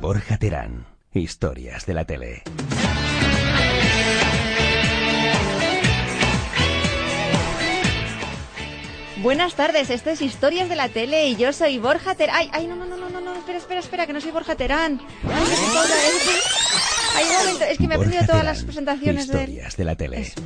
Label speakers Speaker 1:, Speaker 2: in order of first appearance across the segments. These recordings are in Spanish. Speaker 1: Borja Terán. Historias de la tele.
Speaker 2: Buenas tardes, esto es Historias de la Tele y yo soy Borja Terán. Ay, ay, no, no, no, no, no, no, espera, espera, espera, que no soy Borja Terán. Ay, que soy Paula, es que- Ay, un momento, es que me he aprendido
Speaker 1: Borja
Speaker 2: todas
Speaker 1: Terán,
Speaker 2: las presentaciones de él.
Speaker 1: Historias de la tele.
Speaker 2: Eso.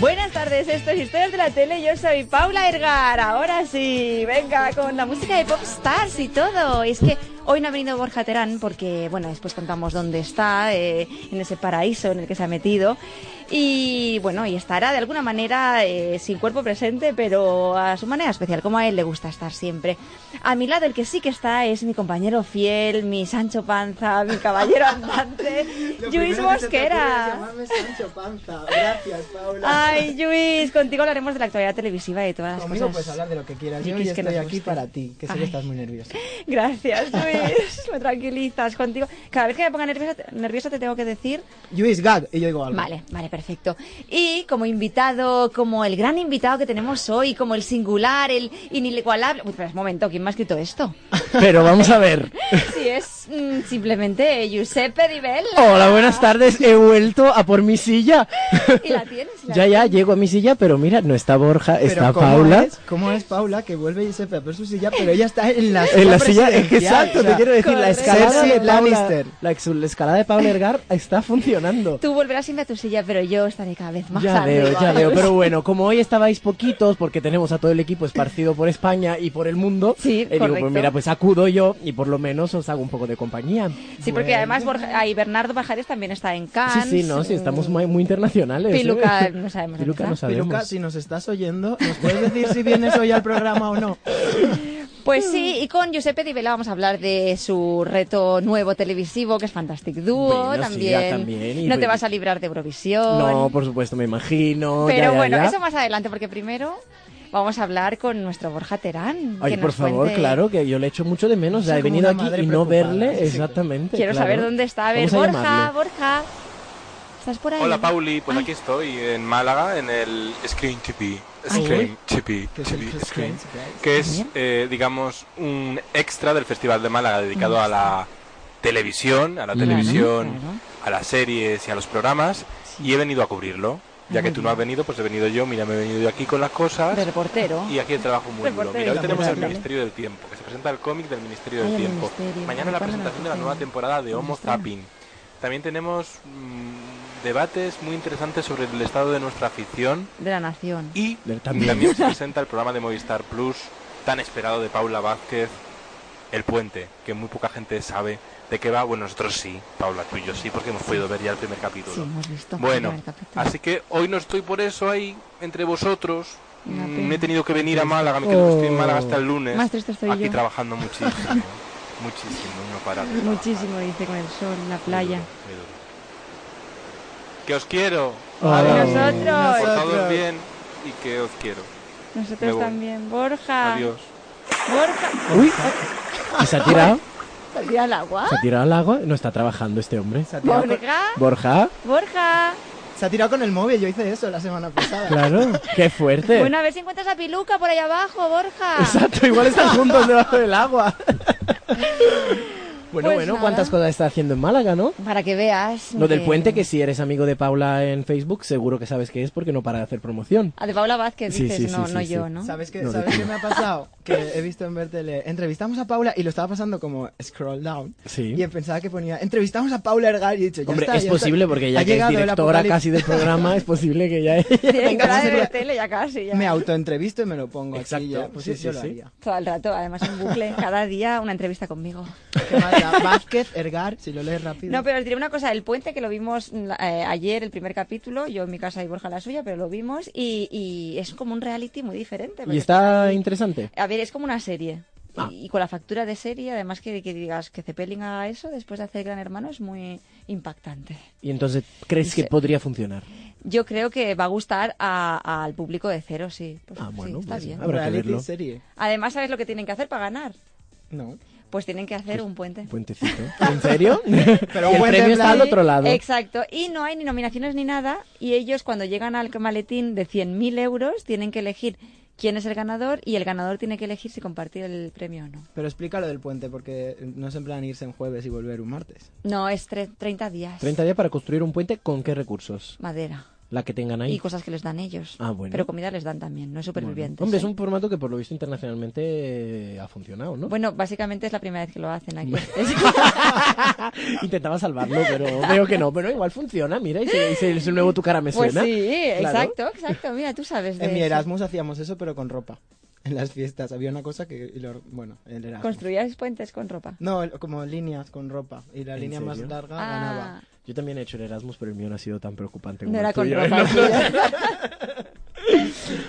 Speaker 2: Buenas tardes, esto es Historias de la Tele, yo soy Paula Ergar, ahora sí, venga, con la música de Popstars y todo. Es que hoy no ha venido Borja Terán porque, bueno, después contamos dónde está, eh, en ese paraíso en el que se ha metido. Y bueno, y estará de alguna manera eh, sin cuerpo presente, pero a su manera especial, como a él le gusta estar siempre. A mi lado el que sí que está es mi compañero fiel, mi Sancho Panza, mi caballero andante,
Speaker 3: Lo primero que se
Speaker 2: Luis
Speaker 3: te ocurre es
Speaker 2: Mosquera.
Speaker 3: llamarme Sancho Panza. Gracias, Paula.
Speaker 2: Ay, Luis, contigo hablaremos de la actualidad televisiva y de todas las
Speaker 3: Conmigo
Speaker 2: cosas.
Speaker 3: puedes hablar de lo que quieras. Yo
Speaker 2: frikis
Speaker 3: hoy
Speaker 2: que
Speaker 3: estoy
Speaker 2: nos
Speaker 3: aquí
Speaker 2: gustan.
Speaker 3: para ti, que sé que
Speaker 2: Ay.
Speaker 3: estás muy nerviosa.
Speaker 2: Gracias, Luis. Me tranquilizas contigo. Cada vez que me ponga nerviosa, nerviosa te tengo que decir.
Speaker 3: Luis Gag, y yo digo algo.
Speaker 2: Vale, vale, perfecto. Y como invitado, como el gran invitado que tenemos hoy, como el singular, el inigualable. Uy, espera, un momento, ¿quién me ha escrito esto?
Speaker 4: Pero vamos a ver.
Speaker 2: Si es mm, simplemente Giuseppe Di Bella.
Speaker 4: Hola, buenas tardes. He vuelto a por mi silla.
Speaker 2: Y la tienes, y la
Speaker 4: Ya, ya,
Speaker 2: tienes.
Speaker 4: llego a mi silla, pero mira, no está Borja,
Speaker 3: Pero
Speaker 4: está
Speaker 3: ¿cómo
Speaker 4: Paula.
Speaker 3: Es, ¿Cómo es Paula que vuelve y se fue a por su silla, pero ella está en la silla
Speaker 4: En la silla, es que
Speaker 3: presidencial?
Speaker 4: exacto,
Speaker 3: O sea,
Speaker 4: te quiero decir, la
Speaker 2: correcto.
Speaker 4: escalada de
Speaker 3: Cersei
Speaker 4: Paula,
Speaker 3: Lannister.
Speaker 4: La, ex- la escalada de Paula Ergar está funcionando.
Speaker 2: Tú volverás siempre a tu silla, pero yo estaré cada vez más
Speaker 4: Ya veo,
Speaker 2: arriba.
Speaker 4: ya veo, pero bueno, como hoy estabais poquitos, porque tenemos a todo el equipo esparcido por España y por el mundo,
Speaker 2: Sí,
Speaker 4: eh, digo,
Speaker 2: correcto.
Speaker 4: pues mira, pues acudo yo y por lo menos os hago un poco de compañía.
Speaker 2: Sí, porque además Borja- ay, Bernardo Pajares también está en Cannes.
Speaker 4: sí, sí, no, sí, estamos muy, muy internacionales. ¿eh?
Speaker 2: Piluca, no sabemos dónde
Speaker 4: Piluca
Speaker 2: está.
Speaker 4: no sabemos.
Speaker 3: Piluca, si nos estás oyendo, ¿nos puedes decir si vienes hoy al programa o no?
Speaker 2: Pues sí, y con Giuseppe Di Bella vamos a hablar de su reto nuevo televisivo, que es Fantastic Duo,
Speaker 4: Bueno, sí,
Speaker 2: también.
Speaker 4: ya también, y
Speaker 2: no
Speaker 4: pues-
Speaker 2: te vas a librar de Eurovisión.
Speaker 4: No, por supuesto, me imagino.
Speaker 2: Pero
Speaker 4: ya, ya,
Speaker 2: bueno,
Speaker 4: ya.
Speaker 2: eso más adelante, porque primero vamos a hablar con nuestro Borja Terán.
Speaker 4: Ay,
Speaker 2: que
Speaker 4: por
Speaker 2: nos
Speaker 4: favor,
Speaker 2: cuente-
Speaker 4: claro, que yo le echo mucho de menos. Ya
Speaker 3: Soy
Speaker 4: he
Speaker 3: como una
Speaker 4: venido aquí
Speaker 3: madre
Speaker 4: y no
Speaker 3: preocupada,
Speaker 4: verle,
Speaker 3: sí, sí.
Speaker 4: exactamente.
Speaker 2: Quiero
Speaker 4: claro.
Speaker 2: saber dónde está. A ver,
Speaker 4: Vamos a
Speaker 2: Borja,
Speaker 4: llamarle.
Speaker 2: Borja. ¿Estás por ahí?
Speaker 5: Hola Pauli, pues
Speaker 2: Ay.
Speaker 5: aquí estoy en Málaga en el Screen TV.
Speaker 3: Ay.
Speaker 5: Screen TV,
Speaker 3: Que es el
Speaker 5: TV,
Speaker 3: Screen
Speaker 5: Screen,
Speaker 3: Surprise.
Speaker 5: que es, eh, digamos, un extra del Festival de Málaga dedicado a la televisión, a la
Speaker 4: Claro,
Speaker 5: televisión,
Speaker 2: claro.
Speaker 5: a las series y a los programas, y he venido a cubrirlo. Ya que tú no has venido, pues he venido yo, mira, me he venido yo aquí con las cosas.
Speaker 2: De reportero.
Speaker 5: Y aquí el trabajo muy duro.
Speaker 2: Reportero
Speaker 5: Mira, hoy
Speaker 2: y
Speaker 5: tenemos el
Speaker 2: lamentable.
Speaker 5: Ministerio del Tiempo, que se presenta el cómic del Ministerio
Speaker 2: Ay,
Speaker 5: del
Speaker 2: el
Speaker 5: Tiempo.
Speaker 2: Ministerio.
Speaker 5: Mañana
Speaker 2: Ay,
Speaker 5: la
Speaker 2: ¿cuándo nos
Speaker 5: presentación de la
Speaker 2: hacen?
Speaker 5: nueva temporada de Homo
Speaker 2: Mostrarán.
Speaker 5: Zapping. También tenemos mm, debates muy interesantes sobre el estado de nuestra afición
Speaker 2: De la Nación.
Speaker 5: y
Speaker 4: De- también.
Speaker 5: también, se presenta el programa de Movistar Plus tan esperado de Paula Vázquez, El Puente, que muy poca gente sabe de qué va. Bueno, nosotros sí, Paula, tú y yo sí, porque hemos podido ver ya el primer capítulo.
Speaker 2: Sí, hemos visto.
Speaker 5: Bueno,
Speaker 2: el capítulo.
Speaker 5: así que hoy no estoy por eso ahí entre vosotros.
Speaker 2: Una
Speaker 5: Mm,
Speaker 2: pena.
Speaker 5: he tenido que venir a Málaga, me quedo- estoy en Málaga hasta el lunes.
Speaker 2: Más triste estoy
Speaker 5: aquí
Speaker 2: Oh. yo.
Speaker 5: trabajando muchísimo, muchísimo, no parar de trabajar.
Speaker 2: Muchísimo, dice, con el sol, la playa.
Speaker 5: Muy duro. Que os quiero.
Speaker 4: Oh.
Speaker 3: A ver,
Speaker 2: Nosotros.
Speaker 5: Portados bien y que os quiero. Me
Speaker 2: Nosotros
Speaker 5: voy.
Speaker 2: también. Borja.
Speaker 5: Adiós.
Speaker 2: Borja.
Speaker 4: Uy, ¿y se ha tirado?
Speaker 2: ¿Saldría al agua?
Speaker 4: ¿Se ha tirado al agua? No está trabajando este hombre.
Speaker 3: Se ha, tirado con,
Speaker 2: Borja.
Speaker 4: Borja,
Speaker 2: Borja.
Speaker 3: se ha tirado con el móvil, yo hice eso la semana pasada.
Speaker 4: claro, qué fuerte.
Speaker 2: Bueno, a ver si encuentras a Piluca por ahí abajo, Borja.
Speaker 4: Exacto, igual están juntos debajo del agua. bueno,
Speaker 2: Pues
Speaker 4: bueno,
Speaker 2: nada.
Speaker 4: ¿cuántas cosas está haciendo en Málaga, no?
Speaker 2: Para que veas.
Speaker 4: Lo del puente, que si eres amigo de Paula en Facebook, seguro que sabes qué es porque no para de hacer promoción.
Speaker 2: A de Paula Vázquez
Speaker 4: Sí,
Speaker 2: dices,
Speaker 4: sí, sí,
Speaker 2: no,
Speaker 4: sí,
Speaker 2: no
Speaker 4: sí.
Speaker 2: yo, ¿no?
Speaker 3: ¿Sabes qué,
Speaker 4: No, de
Speaker 3: ¿sabes
Speaker 4: ti.
Speaker 3: qué me ha pasado? Que he visto en Vertele. Entrevistamos a Paula y lo estaba pasando como scroll down.
Speaker 4: Sí.
Speaker 3: Y pensaba que ponía, entrevistamos a Paula Ergar y he dicho, ya
Speaker 4: Hombre,
Speaker 3: está,
Speaker 4: es
Speaker 3: ya
Speaker 4: posible
Speaker 3: está.
Speaker 4: porque
Speaker 3: Ha
Speaker 4: ya que es
Speaker 3: llegado el
Speaker 4: directora
Speaker 3: apocalipsis.
Speaker 4: casi del programa, es posible que ya
Speaker 2: Directora
Speaker 3: Venga,
Speaker 2: de
Speaker 3: sería-
Speaker 2: la tele ya casi, ya.
Speaker 3: Me autoentrevisto y me lo pongo aquí
Speaker 4: Exacto,
Speaker 3: ya. Pues
Speaker 4: sí,
Speaker 3: sí,
Speaker 4: sí,
Speaker 3: yo lo
Speaker 4: sí.
Speaker 3: haría.
Speaker 2: Todo el rato, además un bucle, cada día una entrevista conmigo.
Speaker 3: Qué mal, la- Vázquez, Ergar, si lo lees rápido.
Speaker 2: No, pero os diré una cosa, el puente que lo vimos mm, la- eh, ayer, el primer capítulo, yo en mi casa y Borja en la suya, pero lo vimos y, y es como un reality muy diferente.
Speaker 4: y
Speaker 2: porque
Speaker 4: está interesante.
Speaker 2: A ver, es como una serie.
Speaker 4: Ah.
Speaker 2: Y, y con la factura de serie, además que, que digas que Zeppelin haga eso después de hacer Gran Hermano es muy impactante.
Speaker 4: Y entonces, ¿crees que
Speaker 2: Sí.
Speaker 4: podría funcionar?
Speaker 2: Yo creo que va a gustar a- al público de cero, sí. Pues
Speaker 4: Ah,
Speaker 2: sí,
Speaker 4: bueno,
Speaker 2: está
Speaker 4: pues
Speaker 2: bien.
Speaker 4: a ver. habrá que
Speaker 3: Reality
Speaker 4: verlo.
Speaker 3: serie.
Speaker 2: Además, ¿sabes lo que tienen que hacer para ganar?
Speaker 3: No.
Speaker 2: Pues tienen que hacer un puente.
Speaker 4: Pues, Puentecito. ¿En serio? Pero
Speaker 3: un
Speaker 4: el
Speaker 3: puente
Speaker 4: premio
Speaker 3: en
Speaker 4: está al
Speaker 3: plan-
Speaker 4: otro lado.
Speaker 2: Exacto. Y no hay ni nominaciones ni nada. Y ellos, cuando llegan al maletín de 100.000 euros, tienen que elegir quién es el ganador y el ganador tiene que elegir si compartir el premio o no.
Speaker 3: Pero explica lo del puente, porque no es en plan irse un jueves y volver un martes.
Speaker 2: No, es tre- 30 días.
Speaker 4: 30 días para construir un puente con qué recursos?
Speaker 2: Madera.
Speaker 4: La que tengan ahí.
Speaker 2: Y cosas que les dan ellos.
Speaker 4: Ah, bueno.
Speaker 2: Pero comida les dan también, no es
Speaker 4: Bueno.
Speaker 2: supervivientes.
Speaker 4: Hombre, es
Speaker 2: ¿eh?
Speaker 4: un formato que por lo visto internacionalmente eh, ha funcionado, ¿no?
Speaker 2: Bueno, básicamente es la primera vez que lo hacen aquí.
Speaker 4: Intentaba salvarlo, pero veo que no. Pero igual funciona, mira, y si, y si es un nuevo tu cara me
Speaker 2: pues
Speaker 4: suena.
Speaker 2: sí,
Speaker 4: Claro.
Speaker 2: exacto, exacto. Mira, tú sabes de
Speaker 3: En mi
Speaker 2: eso.
Speaker 3: Erasmus hacíamos eso, pero con ropa. En las fiestas había una cosa que... y lo- bueno, el Erasmus.
Speaker 2: Construías puentes con ropa.
Speaker 3: No, el- como líneas con ropa. Y la
Speaker 4: ¿En
Speaker 3: línea más
Speaker 4: serio?
Speaker 3: larga
Speaker 2: Ah,
Speaker 3: ganaba.
Speaker 4: Yo también he hecho el Erasmus, pero el mío no ha sido tan preocupante como
Speaker 2: no
Speaker 4: el
Speaker 2: era con
Speaker 4: tuyo, ¿eh?
Speaker 2: ropa.
Speaker 4: No, no.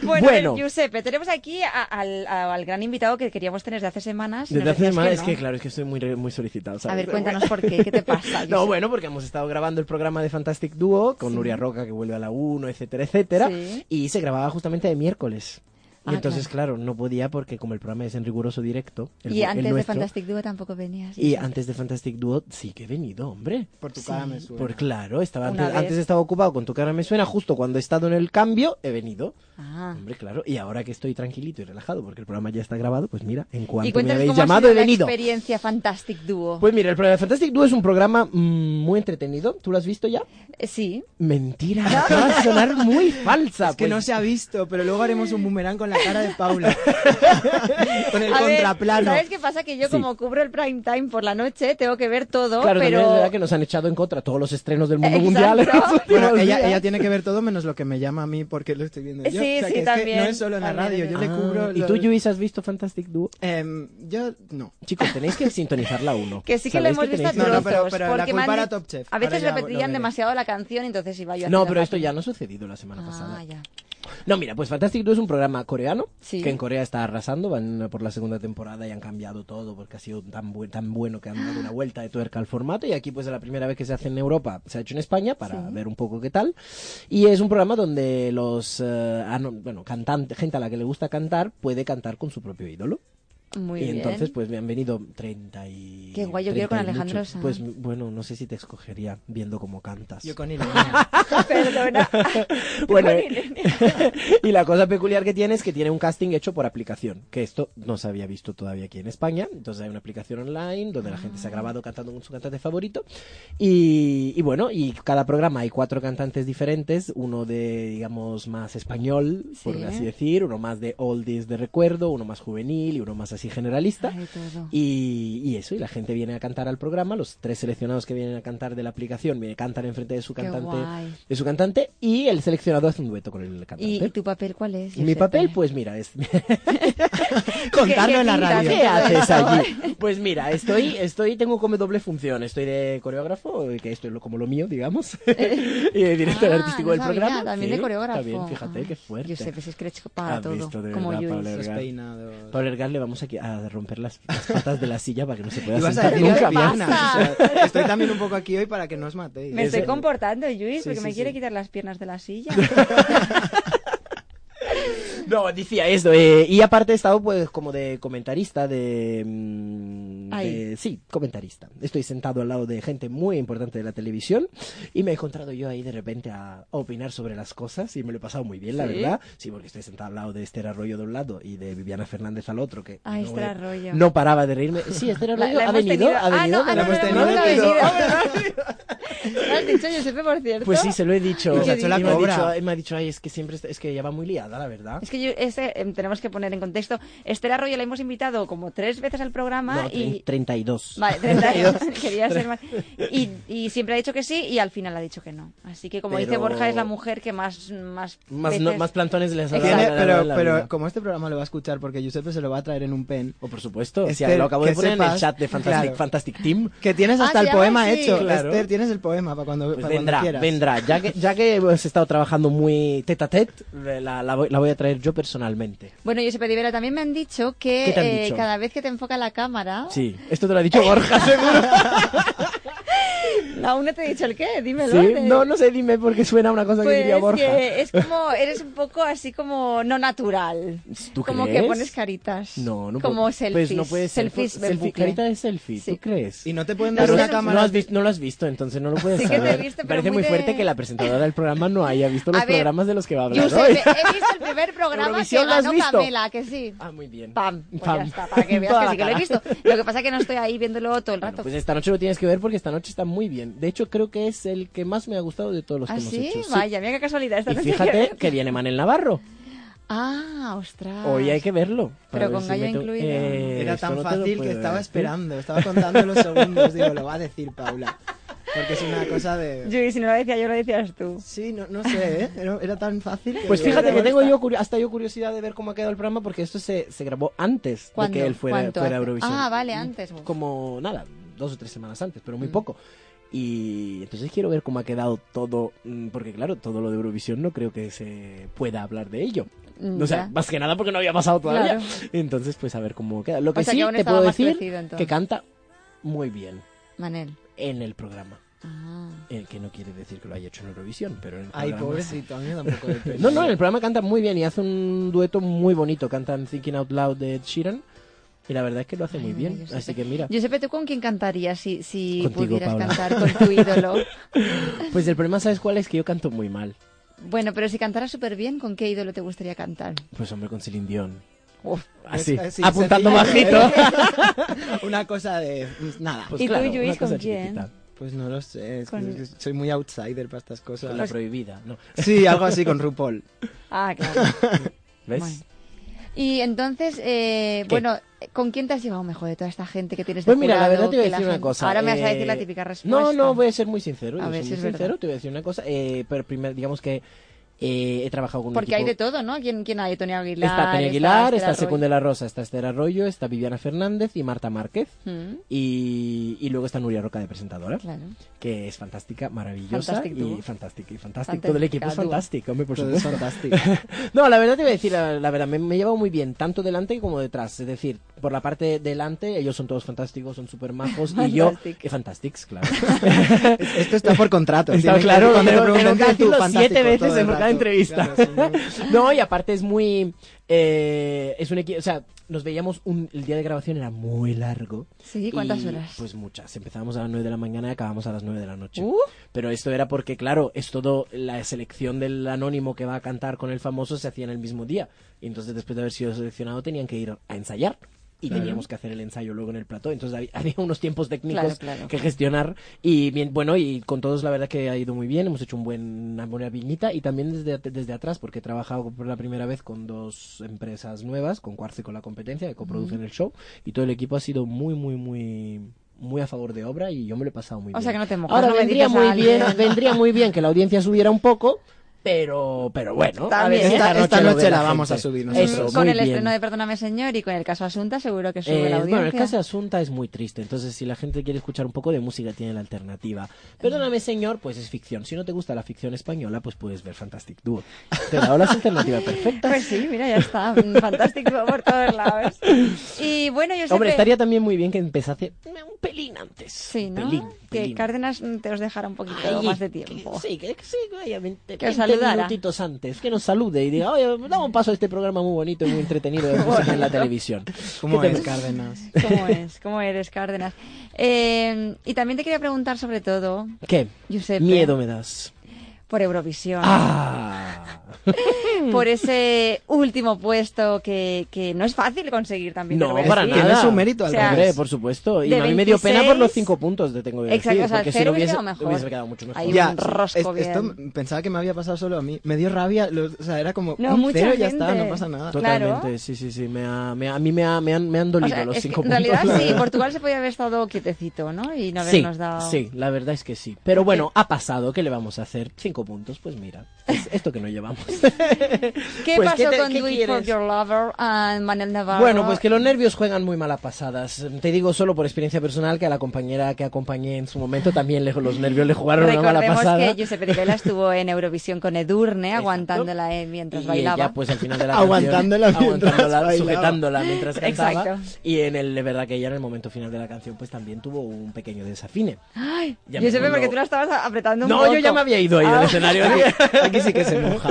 Speaker 2: Bueno, a ver,
Speaker 4: Bueno.
Speaker 2: Giuseppe, tenemos aquí a- al, a- al gran invitado que queríamos tener desde hace semanas. y
Speaker 4: Desde
Speaker 2: nos
Speaker 4: hace
Speaker 2: decías
Speaker 4: semana, es
Speaker 2: no.
Speaker 4: que claro, es que estoy muy, re- muy solicitado. ¿sabes?
Speaker 2: A ver, cuéntanos por qué, ¿qué te pasa?
Speaker 4: No,
Speaker 2: Josep?
Speaker 4: bueno, porque hemos estado grabando el programa de Fantastic Duo con
Speaker 2: Sí.
Speaker 4: Nuria Roca, que vuelve a la 1, etcétera, etcétera.
Speaker 2: Sí.
Speaker 4: Y se grababa justamente de miércoles. Y
Speaker 2: Ah,
Speaker 4: entonces, claro. no podía porque como el programa es en riguroso directo, el,
Speaker 2: y
Speaker 4: el
Speaker 2: antes de
Speaker 4: nuestro,
Speaker 2: Fantastic Duo tampoco venías.
Speaker 4: Y antes de Fantastic Duo sí que he venido, hombre.
Speaker 3: Por tu cara me suena.
Speaker 4: Por claro, estaba
Speaker 2: Una
Speaker 4: antes,
Speaker 2: vez.
Speaker 4: antes estaba ocupado con tu cara me suena, justo cuando he estado en el cambio he venido.
Speaker 2: Ah.
Speaker 4: Hombre, claro, y ahora que estoy tranquilito y relajado porque el programa ya está grabado, pues mira, en
Speaker 2: Y
Speaker 4: cuanto me
Speaker 2: cuéntanos
Speaker 4: habéis
Speaker 2: cómo ha
Speaker 4: llamado
Speaker 2: sido
Speaker 4: he venido.
Speaker 2: la experiencia Fantastic Duo.
Speaker 4: Pues mira, el programa de Fantastic Duo es un programa mm, muy entretenido. ¿Tú lo has visto ya?
Speaker 2: Eh, sí.
Speaker 4: Mentira, acaba de sonar muy falsa.
Speaker 3: Es que
Speaker 4: pues.
Speaker 3: no se ha visto, pero luego haremos un boomerang con la cara de Paula. con el
Speaker 2: A ver,
Speaker 3: contraplano.
Speaker 2: ¿Sabes qué pasa? Que yo
Speaker 4: Sí.
Speaker 2: como cubro el prime time por la noche, tengo que ver todo,
Speaker 4: Claro, también
Speaker 2: pero...
Speaker 4: es verdad que nos han echado en contra todos los estrenos del mundo mundial. pues, en
Speaker 2: Exacto.
Speaker 4: los últimos
Speaker 3: Bueno, ella,
Speaker 4: días.
Speaker 3: ella tiene que ver todo menos lo que me llama a mí porque lo estoy viendo yo.
Speaker 2: Sí,
Speaker 3: O sea,
Speaker 2: sí,
Speaker 3: que es que
Speaker 2: también,
Speaker 3: no es solo en la
Speaker 2: también,
Speaker 3: radio, yo le
Speaker 4: Ah,
Speaker 3: cubro...
Speaker 4: ¿Y
Speaker 3: lo-
Speaker 4: tú, Luis, has visto Fantastic Duo?
Speaker 3: Em, yo no.
Speaker 4: Chicos, tenéis que sintonizar la 1.
Speaker 2: Que sí que lo hemos visto a
Speaker 3: que- No, no,
Speaker 2: trozos,
Speaker 3: pero- pero la
Speaker 2: porque me han
Speaker 3: culpa era
Speaker 2: di-
Speaker 3: Top Chef.
Speaker 2: A veces
Speaker 3: Ahora ya lo
Speaker 2: repetían
Speaker 3: veré.
Speaker 2: demasiado la canción, entonces iba yo
Speaker 4: No,
Speaker 2: haciendo
Speaker 4: pero esto
Speaker 2: rápido.
Speaker 4: ya no ha sucedido la semana
Speaker 2: Ah,
Speaker 4: pasada.
Speaker 2: ya.
Speaker 4: No, mira, pues Fantastic Duo es un programa coreano
Speaker 2: Sí.
Speaker 4: que en Corea está arrasando, van por la segunda temporada y han cambiado todo porque ha sido tan, bu- tan bueno que han dado una vuelta de tuerca al formato y aquí pues es la primera vez que se hace en Europa, se ha hecho en España para ver un poco qué tal y es un programa donde los, eh, ah, no, bueno, cantante, gente a la que le gusta cantar puede cantar con su propio ídolo.
Speaker 2: Muy
Speaker 4: y
Speaker 2: bien.
Speaker 4: entonces pues me han venido 30 y...
Speaker 2: Qué guay, yo
Speaker 4: 30
Speaker 2: quiero con
Speaker 4: y
Speaker 2: Alejandro
Speaker 4: mucho.
Speaker 2: Sanz.
Speaker 4: Pues bueno, no sé si te escogería viendo cómo cantas.
Speaker 3: Yo con Elena.
Speaker 2: Perdona.
Speaker 4: Bueno,
Speaker 2: Con
Speaker 4: eh, y la cosa peculiar que tiene es que tiene un casting hecho por aplicación, que esto no se había visto todavía aquí en España. Entonces hay una aplicación online donde la gente
Speaker 2: Ah.
Speaker 4: se ha grabado cantando con su cantante favorito. Y, y bueno, y cada programa hay cuatro cantantes diferentes, uno de, digamos, más español, por
Speaker 2: Sí.
Speaker 4: así decir, uno más de oldies de recuerdo, uno más juvenil y uno más así generalista.
Speaker 2: Ay, todo.
Speaker 4: Y, y eso, y la gente viene a cantar al programa, los tres seleccionados que vienen a cantar de la aplicación, vienen, cantan enfrente de su
Speaker 2: Qué
Speaker 4: cantante,
Speaker 2: guay.
Speaker 4: de su cantante, y el seleccionado hace un dueto con el cantante.
Speaker 2: ¿Y, y tu papel cuál es?
Speaker 4: Y mi
Speaker 2: Giuseppe?
Speaker 4: papel, pues mira, es...
Speaker 2: ¿Qué-
Speaker 4: contarlo
Speaker 2: qué
Speaker 4: en la
Speaker 2: pinta
Speaker 4: radio.
Speaker 2: todo
Speaker 4: ¿Qué haces
Speaker 2: esto?
Speaker 4: allí? Pues mira, estoy, estoy, tengo como doble función. Estoy de coreógrafo, que esto es lo- como lo mío, digamos, y de director
Speaker 2: Ah,
Speaker 4: artístico
Speaker 2: no
Speaker 4: del
Speaker 2: sabía,
Speaker 4: programa.
Speaker 2: También
Speaker 4: Sí,
Speaker 2: de coreógrafo.
Speaker 4: También, fíjate
Speaker 2: Ay,
Speaker 4: qué fuerte.
Speaker 2: Giuseppe, si es que eres para
Speaker 4: Has
Speaker 2: todo.
Speaker 4: visto, de
Speaker 2: como
Speaker 4: verdad,
Speaker 2: Luis.
Speaker 4: Pablo
Speaker 3: Los
Speaker 4: Vergara.
Speaker 3: peinados.
Speaker 4: Para Ergar le vamos aquí a romper las, las patas de la silla para que no se pueda
Speaker 3: Y vas a
Speaker 4: sentar
Speaker 3: decir
Speaker 4: nunca
Speaker 3: las
Speaker 2: ¿qué
Speaker 4: más.
Speaker 3: piernas.
Speaker 2: pasa?
Speaker 3: o sea, estoy también un poco aquí hoy para que no os matéis.
Speaker 2: Me estoy
Speaker 4: Ese-
Speaker 2: comportando, Luis,
Speaker 3: Sí,
Speaker 2: porque
Speaker 3: sí,
Speaker 2: me quiere
Speaker 3: sí.
Speaker 2: quitar las piernas de la silla.
Speaker 4: No, decía esto. eh, y aparte he estado pues como de comentarista de, mm,
Speaker 2: Ahí.
Speaker 4: de- Sí, comentarista. Estoy sentado al lado de gente muy importante de la televisión y me he encontrado yo ahí de repente a opinar sobre las cosas y me lo he pasado muy bien, la
Speaker 2: ¿Sí?
Speaker 4: verdad. Sí, porque estoy sentado al lado de Esther Arroyo de un lado y de Viviana Fernández al otro que
Speaker 2: Ah,
Speaker 4: no,
Speaker 2: Esther
Speaker 4: eh,
Speaker 2: Arroyo.
Speaker 4: no paraba de reírme. Sí, Esther
Speaker 2: La-
Speaker 4: Arroyo
Speaker 2: la
Speaker 4: ha,
Speaker 2: hemos
Speaker 4: venido,
Speaker 2: tenido-
Speaker 4: ha
Speaker 2: Ah,
Speaker 4: venido,
Speaker 2: no, ah,
Speaker 4: la Pues
Speaker 2: no,
Speaker 4: hemos
Speaker 2: no,
Speaker 4: tenido.
Speaker 2: no, no, no,
Speaker 4: la hemos tenido.
Speaker 2: no, Lo has dicho, Giuseppe, por cierto.
Speaker 4: Pues sí, se lo he dicho.
Speaker 3: Y se ha hecho la
Speaker 4: me ha
Speaker 3: cobra.
Speaker 4: dicho, y me ha dicho, ay, es que siempre está- es que ella va muy liada, la verdad.
Speaker 2: Es que yo, este, em, tenemos que poner en contexto. Esther Arroyo la hemos invitado como tres veces al programa
Speaker 4: No,
Speaker 2: y.
Speaker 4: 32.
Speaker 2: Vale, 32. Quería ser más. Y, y siempre ha dicho que sí y al final ha dicho que no. Así que, como dice
Speaker 4: Pero-
Speaker 2: Borja, es la mujer que más. Más,
Speaker 4: Más,
Speaker 2: veces-
Speaker 4: no- más plantones les ha dado.
Speaker 2: Exacto.
Speaker 4: la-
Speaker 3: Tiene-
Speaker 4: la- la-
Speaker 3: pero,
Speaker 4: la-
Speaker 3: pero
Speaker 4: la-
Speaker 3: como este programa lo va a escuchar porque Giuseppe se lo va a traer en un pen.
Speaker 4: O por supuesto, si
Speaker 3: Esther,
Speaker 4: lo acabo de
Speaker 3: Este, que
Speaker 4: poner en el
Speaker 3: sepas-
Speaker 4: chat de Fantastic,
Speaker 3: claro.
Speaker 4: Fantastic Team.
Speaker 3: Que tienes
Speaker 2: Ah,
Speaker 3: hasta
Speaker 2: se
Speaker 3: el
Speaker 2: llama
Speaker 3: poema
Speaker 2: así.
Speaker 3: hecho.
Speaker 4: Claro.
Speaker 3: Esther, tienes el poema para cuando,
Speaker 4: Pues
Speaker 3: para cuando
Speaker 4: vendrá,
Speaker 3: quieras.
Speaker 4: vendrá. Ya que, ya que hemos estado trabajando muy tete a tete, la, la voy, la voy a traer yo personalmente.
Speaker 2: Bueno, Giuseppe Rivera, también me han dicho que
Speaker 4: ¿Qué te han
Speaker 2: eh,
Speaker 4: dicho?
Speaker 2: cada vez que te enfoca la cámara.
Speaker 4: Sí, esto te lo ha dicho Borja, seguro.
Speaker 2: Aún no te he dicho el qué, dímelo.
Speaker 4: Sí,
Speaker 2: te-
Speaker 4: no, no sé, dime porque suena una cosa
Speaker 2: Pues
Speaker 4: que diría Borja.
Speaker 2: que es como, eres un poco así como no natural.
Speaker 4: ¿Tú
Speaker 2: como
Speaker 4: crees?
Speaker 2: que pones caritas.
Speaker 4: No, no
Speaker 2: Como
Speaker 4: puedo-
Speaker 2: selfies.
Speaker 4: Pues no puede ser.
Speaker 2: Selfies
Speaker 4: pues,
Speaker 2: de
Speaker 4: selfie,
Speaker 2: bucle.
Speaker 4: carita de selfie,
Speaker 2: Sí.
Speaker 4: ¿tú crees?
Speaker 3: Y no te pueden
Speaker 2: No
Speaker 3: dar
Speaker 2: sé
Speaker 3: una
Speaker 2: si-
Speaker 4: no, lo
Speaker 3: cámara.
Speaker 4: has visto, no lo has visto, entonces no lo puedes
Speaker 2: Sí que te he
Speaker 4: saber.
Speaker 2: visto, pero
Speaker 4: Parece muy
Speaker 2: muy de-
Speaker 4: fuerte que la presentadora del programa no haya visto
Speaker 2: A
Speaker 4: los
Speaker 2: ver,
Speaker 4: programas de los que va a hablar
Speaker 2: Yusef,
Speaker 4: hoy.
Speaker 2: he visto el primer programa que
Speaker 4: Eurovisión, ¿lo ¿eh? has
Speaker 2: ganó
Speaker 4: visto?
Speaker 2: Camela, que sí.
Speaker 4: Ah, muy bien.
Speaker 2: Pam, pues
Speaker 4: Pam.
Speaker 2: ya está, para que veas
Speaker 4: Toda
Speaker 2: que
Speaker 4: la
Speaker 2: sí que lo he
Speaker 4: cara.
Speaker 2: visto. Lo que pasa es que no estoy ahí viéndolo todo el
Speaker 4: Bueno,
Speaker 2: rato.
Speaker 4: pues esta noche lo tienes que ver porque esta noche está muy bien. De hecho, creo que es el que más me ha gustado de todos los que
Speaker 2: ¿Ah,
Speaker 4: pues hemos
Speaker 2: sí?
Speaker 4: hecho. Sí.
Speaker 2: Vaya, mira qué casualidad. Esta
Speaker 4: Y
Speaker 2: noche
Speaker 4: fíjate
Speaker 2: que-
Speaker 4: que viene Manel Navarro.
Speaker 2: Ah, ostras.
Speaker 4: Hoy hay que verlo.
Speaker 2: Pero
Speaker 4: para ver eh,
Speaker 2: con gallo incluido.
Speaker 3: Era
Speaker 4: esto
Speaker 3: tan
Speaker 4: no te lo
Speaker 3: fácil
Speaker 4: puedo
Speaker 3: que estaba
Speaker 4: decir.
Speaker 3: esperando, estaba contando los segundos. Digo, lo va a decir Paula. Porque es una cosa de.
Speaker 2: Yuri, si no lo decía yo, lo decías tú.
Speaker 3: Sí, no, no sé, ¿eh? Era, era tan fácil. que
Speaker 4: Pues
Speaker 3: digo,
Speaker 4: fíjate que
Speaker 3: bueno,
Speaker 4: tengo
Speaker 3: está.
Speaker 4: yo curio- hasta yo curiosidad de ver cómo ha quedado el programa porque esto se, se grabó antes de
Speaker 2: ¿Cuándo?
Speaker 4: que él fuera,
Speaker 2: ¿Cuánto
Speaker 4: fuera a
Speaker 2: hace?
Speaker 4: Eurovisión.
Speaker 2: Ah, vale, antes. Uf.
Speaker 4: Como nada, dos o tres semanas antes, pero muy poco. Y entonces quiero ver cómo ha quedado todo, mm, porque claro, todo lo de Eurovisión no creo que se pueda hablar de ello.
Speaker 2: Mm,
Speaker 4: O sea,
Speaker 2: ya.
Speaker 4: más que nada porque no había pasado todavía.
Speaker 2: Claro.
Speaker 4: Entonces, pues a ver cómo queda. Lo que
Speaker 2: sea,
Speaker 4: sí
Speaker 2: que aún
Speaker 4: te
Speaker 2: estaba
Speaker 4: puedo
Speaker 2: más
Speaker 4: decir
Speaker 2: crecido, entonces.
Speaker 4: que canta muy bien
Speaker 2: Manel.
Speaker 4: en el programa.
Speaker 2: Ah.
Speaker 4: El que no quiere decir que lo haya hecho en Eurovisión, pero en el
Speaker 3: Ay,
Speaker 4: programa sí.
Speaker 3: pobrecito, a mí me da un poco de pena.
Speaker 4: No, no, en el programa canta muy bien y hace un dueto muy bonito. Cantan Thinking Out Loud de Ed Sheeran. Y la verdad es que lo hace muy
Speaker 2: Ay,
Speaker 4: bien.
Speaker 2: maravilloso.
Speaker 4: Así que mira.
Speaker 2: Giuseppe, ¿tú con quién cantarías si, si
Speaker 4: Contigo,
Speaker 2: pudieras
Speaker 4: Paula.
Speaker 2: cantar con tu ídolo?
Speaker 4: Pues el problema, ¿sabes cuál es? Que yo canto muy mal.
Speaker 2: bueno, pero si cantaras súper bien, ¿con qué ídolo te gustaría cantar?
Speaker 4: Pues hombre, con Celine Dion.
Speaker 2: Uf.
Speaker 4: Así,
Speaker 3: Pues, sí,
Speaker 4: apuntando
Speaker 3: sencillo,
Speaker 4: bajito.
Speaker 3: Una cosa de. Nada.
Speaker 4: Pues
Speaker 2: ¿Y tú,
Speaker 4: claro,
Speaker 2: Lluís,
Speaker 4: una cosa
Speaker 2: con quién?
Speaker 4: chiquitita.
Speaker 3: Pues no lo sé, es que-
Speaker 2: Con-
Speaker 3: es que soy muy outsider para estas
Speaker 4: Con la
Speaker 2: Pues
Speaker 3: cosas.
Speaker 4: prohibida. No.
Speaker 3: Sí, algo así con RuPaul.
Speaker 2: Ah, claro.
Speaker 4: ¿Ves?
Speaker 2: Bueno. pues Y entonces, eh,
Speaker 4: ¿Qué?
Speaker 2: bueno, ¿con quién te has llevado mejor de toda esta gente que tienes de
Speaker 4: Pues mira, la
Speaker 2: jurado,
Speaker 4: verdad te voy a
Speaker 2: que
Speaker 4: decir
Speaker 2: la
Speaker 4: una
Speaker 2: gente-
Speaker 4: cosa.
Speaker 2: Ahora me vas a
Speaker 4: eh,
Speaker 2: decir la típica respuesta.
Speaker 4: No, no, voy a ser muy sincero.
Speaker 2: pues A
Speaker 4: yo
Speaker 2: ver
Speaker 4: soy
Speaker 2: si
Speaker 4: muy
Speaker 2: es verdad.
Speaker 4: sincero, te voy a decir una cosa. eh, pero primero, digamos que eh, he trabajado con un
Speaker 2: Porque hay
Speaker 4: equipo-
Speaker 2: de todo, ¿no? ¿Quién, quién hay? Tony Aguilar.
Speaker 4: Está Tania Aguilar,
Speaker 2: Esther
Speaker 4: está
Speaker 2: Arroyo.
Speaker 4: Secunda de la Rosa, está Esther Arroyo, está Viviana Fernández y Marta Márquez.
Speaker 2: Mm,
Speaker 4: Y, y luego está Nuria Roca de presentadora,
Speaker 2: claro.
Speaker 4: que es fantástica, maravillosa
Speaker 2: Fantastic
Speaker 4: y
Speaker 2: dúo.
Speaker 4: fantástica. Y fantástica.
Speaker 2: Fantástica
Speaker 4: Todo el equipo es
Speaker 2: dúo.
Speaker 4: fantástico, hombre, por
Speaker 3: Todo es
Speaker 4: supuesto.
Speaker 3: fantástico.
Speaker 4: No, la verdad te voy a decir, la, la verdad, me, me he llevado muy bien, tanto delante como detrás. Es decir, por la parte delante, ellos son todos fantásticos, son súper majos, y yo...
Speaker 2: Fantastic.
Speaker 4: eh, Fantastics, claro.
Speaker 3: Esto está por contrato.
Speaker 4: Está
Speaker 3: tienen que-
Speaker 4: claro,
Speaker 3: cuando te
Speaker 4: tengo-
Speaker 3: pregunten,
Speaker 4: tengo que
Speaker 3: "Ah, tú,
Speaker 4: decirlo
Speaker 3: fantástico",
Speaker 4: siete veces
Speaker 3: todo el
Speaker 4: en cada
Speaker 3: rato.
Speaker 4: entrevista.
Speaker 3: Claro, sí,
Speaker 4: No, y aparte es muy... eh, es un equipo, o sea, nos veíamos, un, el día de grabación era muy largo.
Speaker 2: Sí, ¿cuántas
Speaker 4: Y,
Speaker 2: horas?
Speaker 4: Pues muchas. Empezábamos a las 9 de la mañana y acabamos a las 9 de la noche.
Speaker 2: Uh.
Speaker 4: Pero esto era porque, claro, es todo la selección del anónimo que va a cantar con el famoso se hacía en el mismo día. Y entonces, después de haber sido seleccionado, tenían que ir a ensayar. Y teníamos que hacer el ensayo luego en el plató. Entonces hab- había unos tiempos técnicos
Speaker 2: Claro, claro.
Speaker 4: que gestionar. Y bien, bueno, y con todos la verdad que ha ido muy bien. Hemos hecho un buen, una buena viñita. Y también desde, at- desde atrás, porque he trabajado por la primera vez con dos empresas nuevas, con Cuarzo y con la competencia, que coproducen el show. Y todo el equipo ha sido muy, muy, muy muy a favor de obra y yo me lo he pasado muy
Speaker 2: O
Speaker 4: bien.
Speaker 2: sea que no te mojas,
Speaker 4: Ahora
Speaker 2: no le
Speaker 4: vendría
Speaker 2: dices a
Speaker 4: muy bien,
Speaker 2: alguien.
Speaker 4: vendría muy bien que la audiencia subiera un poco, pero pero bueno,
Speaker 2: Está
Speaker 4: a ver
Speaker 2: bien.
Speaker 4: si
Speaker 3: Esta- esta
Speaker 4: lo
Speaker 3: noche
Speaker 4: ve
Speaker 3: la vamos
Speaker 4: gente.
Speaker 3: a subir
Speaker 2: Mm,
Speaker 3: nosotros.
Speaker 4: Eso,
Speaker 2: con
Speaker 4: muy
Speaker 2: el
Speaker 4: bien.
Speaker 2: estreno de Perdóname Señor y con el caso Asunta seguro que sube
Speaker 4: Eh,
Speaker 2: la audiencia.
Speaker 4: bueno, el caso de Asunta es muy triste, entonces si la gente quiere escuchar un poco de música tiene la alternativa. Perdóname señor, pues es ficción. Si no te gusta la ficción española, pues puedes ver Fantastic Duo. Te da las alternativas perfectas.
Speaker 2: Pues sí, mira, ya está. Mm, Fantástico por todos lados. Y bueno, yo
Speaker 4: Hombre,
Speaker 2: siempre-
Speaker 4: estaría también muy bien que empezase un pelín antes.
Speaker 2: Sí, ¿no?
Speaker 4: Pelín,
Speaker 2: Que
Speaker 4: pelín.
Speaker 2: Cárdenas mm, te os dejara un poquito
Speaker 4: Ahí,
Speaker 2: más de
Speaker 4: que-
Speaker 2: tiempo.
Speaker 4: sí, que, que sí, que vaya 20,
Speaker 2: Que
Speaker 4: 20
Speaker 2: saludara.
Speaker 4: minutitos antes, que nos salude y diga, oye, damos paso a este programa muy bonito y muy entretenido de música en la televisión.
Speaker 3: ¿Cómo
Speaker 4: ¿Qué te
Speaker 3: es,
Speaker 4: parece?
Speaker 3: Cárdenas?
Speaker 2: ¿Cómo es? ¿Cómo eres, Cárdenas? Eh, y también te quería preguntar sobre todo,
Speaker 4: ¿Qué?
Speaker 2: Giuseppe,
Speaker 4: Miedo me das.
Speaker 2: por Eurovisión,
Speaker 4: ¡Ah!
Speaker 2: por ese último puesto que, que no es fácil conseguir también.
Speaker 4: No,
Speaker 2: te lo voy a
Speaker 4: para
Speaker 2: decir.
Speaker 4: nada.
Speaker 3: Tiene su mérito al
Speaker 2: O sea,
Speaker 4: Hombre,
Speaker 3: revés.
Speaker 4: por supuesto. Y
Speaker 2: de
Speaker 4: a mí me dio
Speaker 2: 26,
Speaker 4: pena por los cinco puntos, te tengo que decir.
Speaker 2: Exacto, o sea,
Speaker 4: porque si
Speaker 2: cero
Speaker 4: no
Speaker 2: hubiese
Speaker 4: hubiese,
Speaker 2: quedado mejor.
Speaker 4: hubiese quedado mucho mejor.
Speaker 2: Ahí- un rosco
Speaker 3: esto
Speaker 2: bien.
Speaker 3: pensaba que me había pasado solo a mí. Me dio rabia, lo- o sea, era como
Speaker 2: No,
Speaker 3: un
Speaker 2: mucha
Speaker 3: cero, ya
Speaker 2: gente.
Speaker 3: está, no pasa nada.
Speaker 2: Claro.
Speaker 4: Totalmente, sí, sí, sí. Me ha- me ha- a mí me, ha- me han, me han
Speaker 2: o
Speaker 4: dolido
Speaker 2: sea,
Speaker 4: los
Speaker 2: es que
Speaker 4: cinco
Speaker 2: en
Speaker 4: puntos.
Speaker 2: realidad
Speaker 4: la
Speaker 2: sí,
Speaker 4: verdad.
Speaker 2: Portugal se podía haber estado quietecito, ¿no? Y no
Speaker 4: Sí,
Speaker 2: habernos dado...
Speaker 4: sí, la verdad es que sí. Pero bueno, ha pasado, ¿qué le vamos a hacer? Cinco puntos, pues mira. Es esto que no vamos.
Speaker 2: ¿Qué
Speaker 4: Pues,
Speaker 2: pasó
Speaker 4: ¿qué te-
Speaker 2: con
Speaker 4: qué
Speaker 2: Do It For
Speaker 4: quieres?
Speaker 2: Your Lover and Manuel Navarro?
Speaker 4: Bueno, pues que los nervios juegan muy malas pasadas. Te digo solo por experiencia personal que a la compañera que acompañé en su momento también le- los nervios le jugaron una mala
Speaker 2: Recordemos
Speaker 4: pasada.
Speaker 2: que Giuseppe de Vela estuvo en Eurovisión con Edurne,
Speaker 4: Exacto.
Speaker 2: aguantándola eh, mientras
Speaker 4: y
Speaker 2: bailaba.
Speaker 4: ella, pues al final de la
Speaker 3: Aguantándola
Speaker 4: canción,
Speaker 3: mientras
Speaker 4: aguantándola,
Speaker 3: bailaba.
Speaker 4: sujetándola mientras cantaba.
Speaker 2: Exacto.
Speaker 4: Y en el, de verdad que ella en el momento final de la canción, pues también tuvo un pequeño desafine.
Speaker 2: Ay,
Speaker 4: Ya me
Speaker 2: Giuseppe,
Speaker 4: acuerdo.
Speaker 2: porque tú la estabas apretando un
Speaker 4: no,
Speaker 2: poco.
Speaker 4: yo ya me había ido ahí
Speaker 2: Ah.
Speaker 4: del escenario.
Speaker 3: Aquí sí que se moja.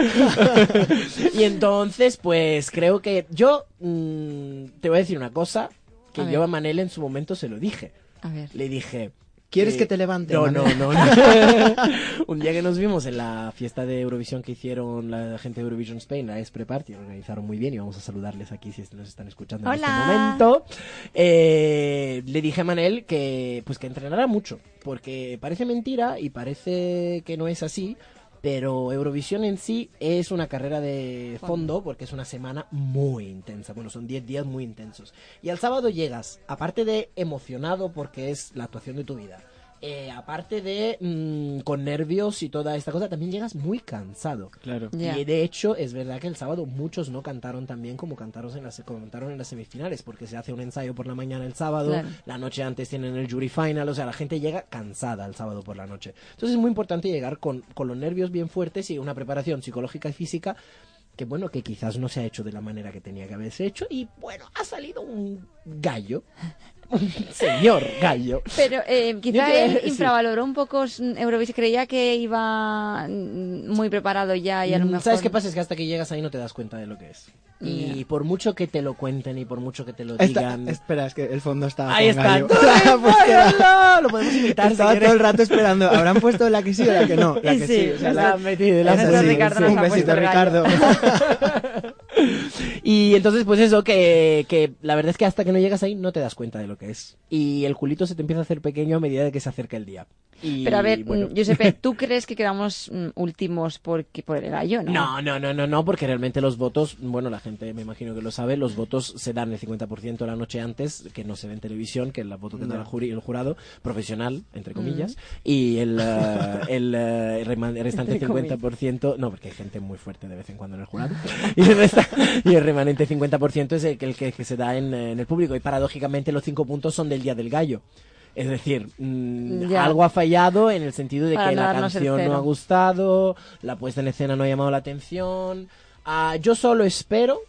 Speaker 4: y entonces, pues creo que yo mm, te voy a decir una cosa que
Speaker 2: A ver.
Speaker 4: yo a Manel en su momento se lo dije.
Speaker 2: A ver.
Speaker 4: Le dije.
Speaker 3: ¿Quieres
Speaker 4: eh,
Speaker 3: que te levante?
Speaker 4: No, no,
Speaker 3: Manuel?
Speaker 4: no. no. Un día que nos vimos en la fiesta de Eurovisión que hicieron la gente de Eurovision Spain, la Espre Party, lo organizaron muy bien y vamos a saludarles aquí si nos están escuchando en
Speaker 2: Hola.
Speaker 4: este momento. Eh, le dije a Manel que pues que entrenara mucho, porque parece mentira y parece que no es así. Pero Eurovisión en sí es una carrera de fondo porque es una semana muy intensa. Bueno, son 10 días muy intensos. Y al sábado llegas, aparte de emocionado porque es la actuación de tu vida, eh, aparte de mm, con nervios y toda esta cosa, también llegas muy cansado.
Speaker 3: Claro.
Speaker 2: Ya.
Speaker 4: Y eh, de hecho, es verdad que el sábado muchos no cantaron tan bien como cantaron en las, como cantaron en las semifinales, porque se hace un ensayo por la mañana el sábado,
Speaker 2: Claro.
Speaker 4: la noche antes tienen el jury final, o sea, la gente llega cansada el sábado por la noche. Entonces es muy importante llegar con, con los nervios bien fuertes y una preparación psicológica y física que bueno, que quizás no se ha hecho de la manera que tenía que haberse hecho y bueno, ha salido un gallo, un señor gallo.
Speaker 2: Pero eh,
Speaker 4: Yo
Speaker 2: quizá
Speaker 4: creo-
Speaker 2: él
Speaker 4: sí.
Speaker 2: infravaloró un poco mm, Eurovisión. Creía que iba mm, muy preparado ya y a lo
Speaker 4: Mm,
Speaker 2: mejor...
Speaker 4: ¿Sabes qué pasa? Es que hasta que llegas ahí no te das cuenta de lo que es. Y por mucho que te lo cuenten y por mucho que te lo
Speaker 3: Esta-
Speaker 4: digan.
Speaker 3: espera, es que el fondo está.
Speaker 4: ahí
Speaker 3: con
Speaker 4: está.
Speaker 3: gallo.
Speaker 4: ¡Ay,
Speaker 3: Pues
Speaker 4: vaya, no! Lo podemos imitar. si
Speaker 3: Estaba
Speaker 4: quieres.
Speaker 3: todo el rato esperando. Habrán puesto la que sí o la que no. La que
Speaker 2: Sí,
Speaker 3: sí. o sea,
Speaker 2: nos
Speaker 3: la-
Speaker 2: han
Speaker 4: metido, la
Speaker 3: la-
Speaker 4: han
Speaker 3: sí,
Speaker 4: metido.
Speaker 2: Ricardo nos
Speaker 3: Un
Speaker 2: ha puesto
Speaker 3: besito,
Speaker 2: el gallo.
Speaker 3: Ricardo.
Speaker 4: Y entonces, pues eso, que, que la verdad es que hasta que no llegas ahí no te das cuenta de lo que es. Y el culito se te empieza a hacer pequeño a medida de que se acerca el día. Y,
Speaker 2: Pero a ver,
Speaker 4: bueno.
Speaker 2: mm, Giuseppe, ¿tú crees que quedamos mm, últimos porque, por el gallo, no?
Speaker 4: No, no, no, no, no, porque realmente los votos, bueno, la gente me imagino que lo sabe, los votos se dan el 50% la noche antes, que no se ve en televisión, que el voto que da el, juri- el jurado profesional, entre comillas,
Speaker 2: Mm.
Speaker 4: y el, eh, el, eh, reman- el restante
Speaker 2: Entre comillas.
Speaker 4: 50%, no, porque hay gente muy fuerte de vez en cuando en el jurado, y el, resta- y el remanente 50% es el, que- el que, que se da en, eh, en el público, y paradójicamente los cinco puntos son del Día del Gallo. Es decir, mm,
Speaker 2: Ya.
Speaker 4: algo ha fallado en el sentido de
Speaker 2: Para
Speaker 4: que
Speaker 2: no
Speaker 4: la
Speaker 2: darnos el
Speaker 4: canción no
Speaker 2: cero.
Speaker 4: ha gustado, la puesta en escena no ha llamado la atención. Ah, yo solo espero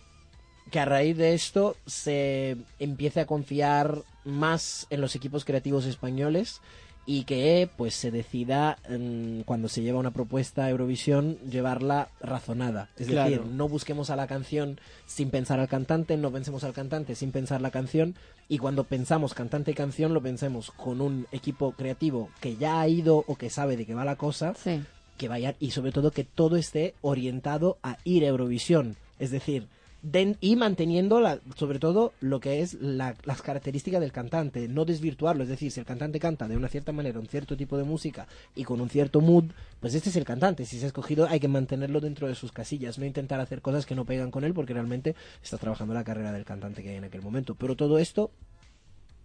Speaker 4: que a raíz de esto se empiece a confiar más en los equipos creativos españoles y que pues se decida mm, cuando se lleva una propuesta a Eurovisión llevarla razonada, es
Speaker 3: Claro.
Speaker 4: decir, no busquemos a la canción sin pensar al cantante, no pensemos al cantante sin pensar la canción y cuando pensamos cantante y canción lo pensemos con un equipo creativo que ya ha ido o que sabe de qué va la cosa
Speaker 2: Sí.
Speaker 4: que vayan y sobre todo que todo esté orientado a ir a Eurovisión. Es decir, den- y manteniendo la- sobre todo lo que es la- las características del cantante, no desvirtuarlo. Es decir, si el cantante canta de una cierta manera, un cierto tipo de música y con un cierto mood, pues este es el cantante. Si se ha escogido, hay que mantenerlo dentro de sus casillas, no intentar hacer cosas que no pegan con él porque realmente estás trabajando la carrera del cantante que hay en aquel momento. Pero todo esto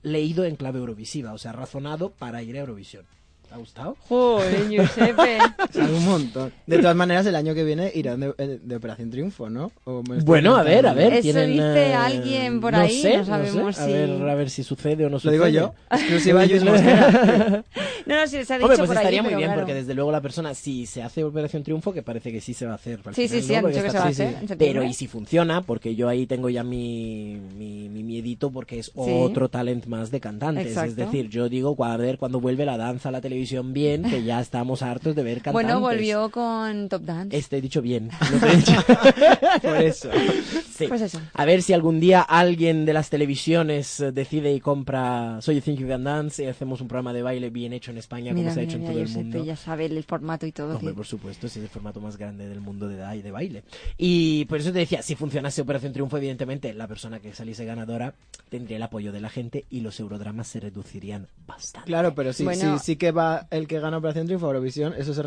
Speaker 4: leído en clave eurovisiva, o sea, razonado para ir a Eurovisión. ¿Te ha gustado?
Speaker 2: Joder, Giuseppe.
Speaker 3: Sabe un montón. De todas maneras, el año que viene irán de, eh, de Operación Triunfo, ¿no? O me estoy
Speaker 4: Bueno, a ver, a
Speaker 3: inventando.
Speaker 4: ver.
Speaker 2: Eso
Speaker 4: tienen,
Speaker 2: dice
Speaker 4: eh,
Speaker 2: alguien por
Speaker 4: no
Speaker 2: ahí,
Speaker 4: Sé,
Speaker 2: no sabemos
Speaker 4: sé.
Speaker 2: si-
Speaker 4: A ver, a ver si sucede o no
Speaker 3: Lo
Speaker 4: sucede.
Speaker 3: digo yo. Exclusiva Yus Mosquera.
Speaker 4: Hombre,
Speaker 2: No, no, sí, se ha dicho
Speaker 4: pues
Speaker 2: por ahí,
Speaker 4: estaría muy
Speaker 2: pero
Speaker 4: bien,
Speaker 2: claro.
Speaker 4: porque desde luego la persona, si se hace Operación Triunfo, que parece que sí se va a hacer. al
Speaker 2: Sí, sí,
Speaker 4: final,
Speaker 2: sí,
Speaker 4: ¿no?
Speaker 2: han
Speaker 4: Porque
Speaker 2: dicho que se
Speaker 4: está-
Speaker 2: va a
Speaker 4: sí,
Speaker 2: hacer
Speaker 4: sí.
Speaker 2: en septiembre.
Speaker 4: Pero y si funciona, porque yo ahí tengo ya mi, mi, mi miedito, porque es otro talent más de cantantes. Es
Speaker 2: Exacto.
Speaker 4: decir, yo digo, a ver cuando vuelve la danza a la televisión bien, que ya estamos hartos de ver cantantes.
Speaker 2: Bueno, volvió con Top Dance.
Speaker 4: Este he dicho bien. no te he dicho-
Speaker 3: Por eso.
Speaker 4: Sí.
Speaker 2: Pues eso.
Speaker 4: A ver si algún día alguien de las televisiones eh, decide y compra Soy You Think You Can Dance y hacemos un programa de baile bien hecho en España, como
Speaker 2: Mira,
Speaker 4: se ha
Speaker 2: mira,
Speaker 4: hecho en
Speaker 2: mira,
Speaker 4: todo el
Speaker 2: Giuseppe
Speaker 4: mundo.
Speaker 2: ya sabe el formato y todo.
Speaker 4: Hombre, pues,
Speaker 2: que-
Speaker 4: por supuesto, ese es el formato más grande del mundo de, da- de baile. Y por eso te decía, si funcionase Operación Triunfo, evidentemente la persona que saliese ganadora tendría el apoyo de la gente y los eurodramas se reducirían bastante.
Speaker 3: Claro, pero sí,
Speaker 2: Bueno.
Speaker 3: sí, sí que va gana el que gana Operación Triunfo a Eurovisión, eso se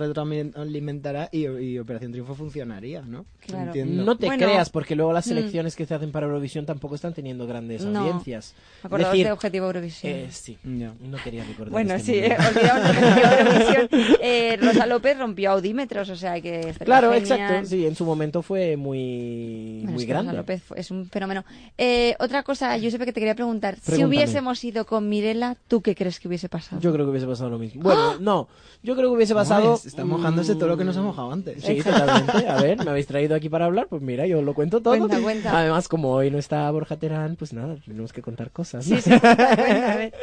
Speaker 3: retroalimentará y, y Operación Triunfo funcionaría, ¿no?
Speaker 2: Claro.
Speaker 3: Entiendo.
Speaker 4: No te
Speaker 2: Bueno. mm.
Speaker 4: creas, porque luego las selecciones que se hacen para Eurovisión tampoco están teniendo grandes
Speaker 2: No.
Speaker 4: audiencias.
Speaker 2: Acordaos
Speaker 4: Decir,
Speaker 2: de Objetivo Eurovisión.
Speaker 4: eh, sí,
Speaker 3: Ya.
Speaker 4: no quería recordar.
Speaker 2: Bueno,
Speaker 4: este
Speaker 2: sí, eh,
Speaker 4: momento.
Speaker 2: olvidamos de Objetivo Eurovisión. Eh, Rosa López rompió audímetros, o sea que. estaría
Speaker 4: Claro,
Speaker 2: genial.
Speaker 4: exacto. Sí, en su momento fue muy,
Speaker 2: Bueno,
Speaker 4: muy
Speaker 2: es que
Speaker 4: grande.
Speaker 2: Rosa López fue- es un fenómeno. Eh, otra cosa, Giuseppe, que te quería preguntar. Si
Speaker 4: Pregúntame.
Speaker 2: hubiésemos ido con Mirela, ¿tú qué crees que hubiese pasado?
Speaker 4: Yo creo que hubiese pasado lo mismo.
Speaker 2: ¡Ah!
Speaker 4: Bueno, no, yo creo que hubiese pasado.
Speaker 3: Guays, está mojándose todo lo que nos ha
Speaker 4: mm,
Speaker 3: mojado antes.
Speaker 4: Sí, totalmente. A ver, me habéis traído aquí para hablar, pues mira, yo lo cuento todo.
Speaker 2: Cuenta, cuenta.
Speaker 4: Además, como hoy no está Borja Terán, pues nada, tenemos que contar cosas. ¿no?
Speaker 2: Sí, sí, cuenta, a ver.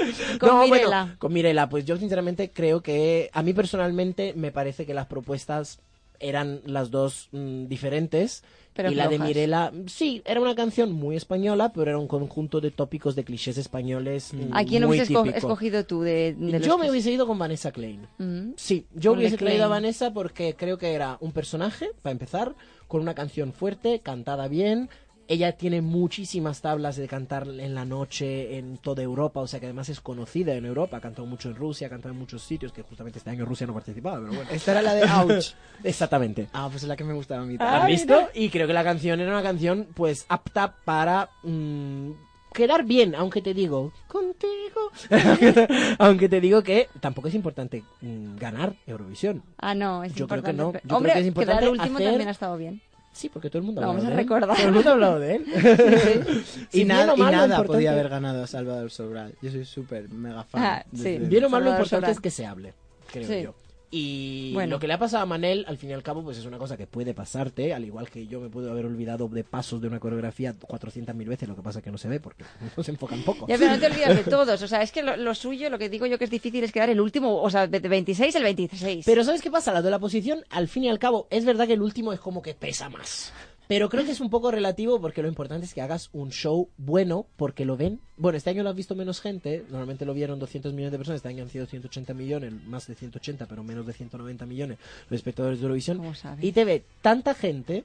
Speaker 2: Con
Speaker 4: No,
Speaker 2: Mirela.
Speaker 4: bueno, con Mirela, pues yo sinceramente creo que a mí personalmente me parece que las propuestas eran las dos mm, diferentes.
Speaker 2: Pero
Speaker 4: y la de
Speaker 2: flojas.
Speaker 4: Mirela, mm, sí, era una canción muy española, pero era un conjunto de tópicos de clichés españoles. mm,
Speaker 2: ¿A quién
Speaker 4: muy
Speaker 2: hubieses esco-
Speaker 4: típico.
Speaker 2: escogido tú de, de los
Speaker 4: Yo
Speaker 2: que-
Speaker 4: me hubiese ido con Vanessa Klein.
Speaker 2: Mm.
Speaker 4: Sí, yo
Speaker 2: Con
Speaker 4: hubiese
Speaker 2: Leclerc.
Speaker 4: traído a Vanessa porque creo que era un personaje, para empezar, con una canción fuerte, cantada bien. Ella tiene muchísimas tablas de cantar en la noche en toda Europa, o sea que además es conocida en Europa, ha cantado mucho en Rusia, ha cantado en muchos sitios, que justamente este año Rusia no participaba, pero bueno.
Speaker 3: Esta era la de Ouch.
Speaker 4: Exactamente.
Speaker 3: Ah, pues es la que me gustaba a mí.
Speaker 2: Ah,
Speaker 4: ¿Has
Speaker 3: también.
Speaker 4: visto? Y creo que la canción era una canción, pues, apta para mm, quedar bien, aunque te digo, contigo. aunque te digo que tampoco es importante mm, ganar Eurovisión.
Speaker 2: Ah, no, es
Speaker 4: Yo creo que
Speaker 2: importante. Pe-
Speaker 4: no. Yo
Speaker 2: Hombre,
Speaker 4: creo que es importante
Speaker 2: quedar último
Speaker 4: hacer-
Speaker 2: también ha estado bien.
Speaker 4: Sí, porque todo el mundo ha
Speaker 2: Lo
Speaker 4: hablado
Speaker 2: vamos a
Speaker 4: de él.
Speaker 2: recordar.
Speaker 4: Todo el mundo ha hablado de él.
Speaker 3: Y,
Speaker 4: Si bien
Speaker 3: nada-
Speaker 4: o
Speaker 3: y
Speaker 4: mal, lo
Speaker 3: nada
Speaker 4: importante-
Speaker 3: podía haber ganado a Salvador Sobral. Yo soy súper mega fan.
Speaker 2: Ah, sí.
Speaker 4: Bien o mal, lo
Speaker 2: Salvador
Speaker 4: importante
Speaker 2: Sobral.
Speaker 4: es que se hable, creo
Speaker 2: Sí.
Speaker 4: yo. Y
Speaker 2: Bueno.
Speaker 4: lo que le ha pasado a Manel, al fin y al cabo, pues es una cosa que puede pasarte, al igual que yo me puedo haber olvidado de pasos de una coreografía 400.000 veces, lo que pasa que no se ve porque nos enfocan poco.
Speaker 2: Ya, pero no te olvidas de todos. O sea, es que lo, lo suyo, lo que digo yo que es difícil es quedar el último, o sea, de 26 el 26.
Speaker 4: Pero ¿sabes qué pasa? La de la posición, al fin y al cabo, es verdad que el último es como que pesa más. Pero creo que es un poco relativo porque lo importante es que hagas un show bueno porque lo ven. Bueno, este año lo has visto menos gente. Normalmente lo vieron 200 millones de personas. Este año han sido 180 millones, más de 180, pero menos de 190 millones los espectadores de Eurovisión.
Speaker 2: ¿Cómo sabes?
Speaker 4: Y te ve tanta gente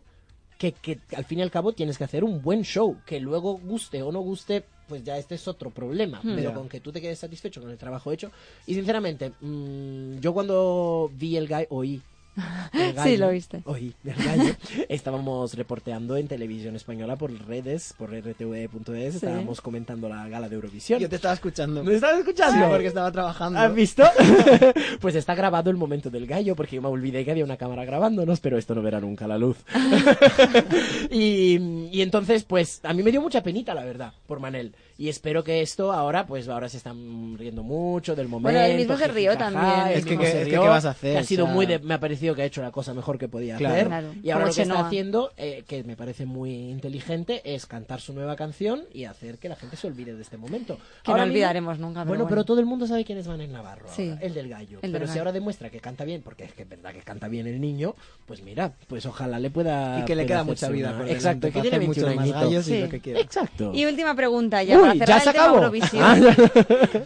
Speaker 4: que, que al fin y al cabo tienes que hacer un buen show. Que luego guste o no guste, pues ya este es otro problema.
Speaker 2: Hmm.
Speaker 4: Pero
Speaker 3: Ya.
Speaker 4: con que tú te quedes satisfecho con el trabajo hecho. Y sinceramente, mm, yo cuando vi el gallo, oí. el
Speaker 2: Sí, lo oíste.
Speaker 4: Oí, el gallo. Estábamos reporteando en televisión española por redes, por rtve.es. Estábamos comentando la gala de Eurovisión.
Speaker 3: Yo te estaba escuchando.
Speaker 4: ¿Me estás
Speaker 3: Sí,
Speaker 4: escuchando?
Speaker 3: porque estaba trabajando.
Speaker 4: ¿Has visto? pues está grabado el momento del gallo, porque yo me olvidé que había una cámara grabándonos, pero esto no verá nunca la luz. y, y entonces, pues, a mí me dio mucha penita, la verdad, por Manel. Y espero que esto ahora, pues, ahora se están riendo mucho del momento.
Speaker 2: Bueno, él mismo se rió
Speaker 4: jijijaja,
Speaker 2: también.
Speaker 4: él
Speaker 2: Es que
Speaker 4: mismo
Speaker 3: qué-
Speaker 4: se
Speaker 3: es que
Speaker 4: rió,
Speaker 3: qué vas a hacer,
Speaker 4: que ha sido
Speaker 3: o sea.
Speaker 4: muy de- me ha parecido que ha hecho la cosa mejor que podía
Speaker 3: Claro.
Speaker 4: hacer.
Speaker 2: Claro.
Speaker 4: Y ahora
Speaker 2: Como
Speaker 4: lo que está
Speaker 2: Chenoa.
Speaker 4: haciendo, eh, que me parece muy inteligente, es cantar su nueva canción y hacer que la gente se olvide de este momento.
Speaker 2: Que
Speaker 4: Ahora
Speaker 2: no
Speaker 4: mismo-
Speaker 2: olvidaremos nunca. Pero
Speaker 4: bueno,
Speaker 2: bueno,
Speaker 4: pero todo el mundo sabe quién es Manel Navarro,
Speaker 2: Sí.
Speaker 4: ahora, el del gallo.
Speaker 2: El del
Speaker 4: pero si
Speaker 2: gallo.
Speaker 4: ahora demuestra que canta bien, porque es que es verdad que canta bien el niño, pues mira, pues ojalá le pueda.
Speaker 3: Y que le
Speaker 4: pueda
Speaker 3: queda
Speaker 4: hacerse
Speaker 3: mucha vida
Speaker 4: una-
Speaker 3: por
Speaker 4: Exacto,
Speaker 3: delante
Speaker 4: que
Speaker 3: para
Speaker 4: tiene
Speaker 3: hacer muchos
Speaker 4: 21
Speaker 3: más
Speaker 4: añitos.
Speaker 3: gallos y
Speaker 2: Sí.
Speaker 3: lo que quiera.
Speaker 4: Exacto.
Speaker 2: Y última pregunta ya. para
Speaker 4: Uy,
Speaker 2: cerrar
Speaker 4: ya
Speaker 2: el
Speaker 4: se
Speaker 2: tema
Speaker 4: acabó.
Speaker 2: Eurovisión.
Speaker 4: Ah, ya.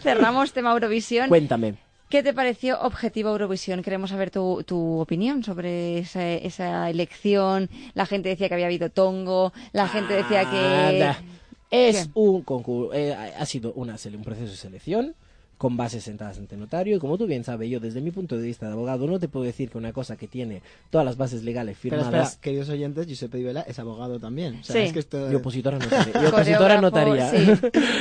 Speaker 2: Cerramos tema Eurovisión.
Speaker 4: Cuéntame.
Speaker 2: ¿Qué te pareció Objetivo Eurovisión? Queremos saber tu, tu opinión sobre esa, esa elección. La gente decía que había habido tongo. La gente decía que.
Speaker 4: Anda. Es
Speaker 2: ¿Qué?
Speaker 4: un concurso. ha sido una, sele- un proceso de selección con bases sentadas ante notario. Y como tú bien sabes, yo desde mi punto de vista de abogado no te puedo decir que una cosa que tiene todas las bases legales
Speaker 3: Pero
Speaker 4: firmadas.
Speaker 3: espera, queridos oyentes, Giuseppe Ibela es abogado también. O sea,
Speaker 2: Sí.
Speaker 3: es que esto
Speaker 4: Y
Speaker 3: es
Speaker 4: opositora notaria. Y
Speaker 2: Coreógrafo,
Speaker 4: opositora notaria.
Speaker 2: sí.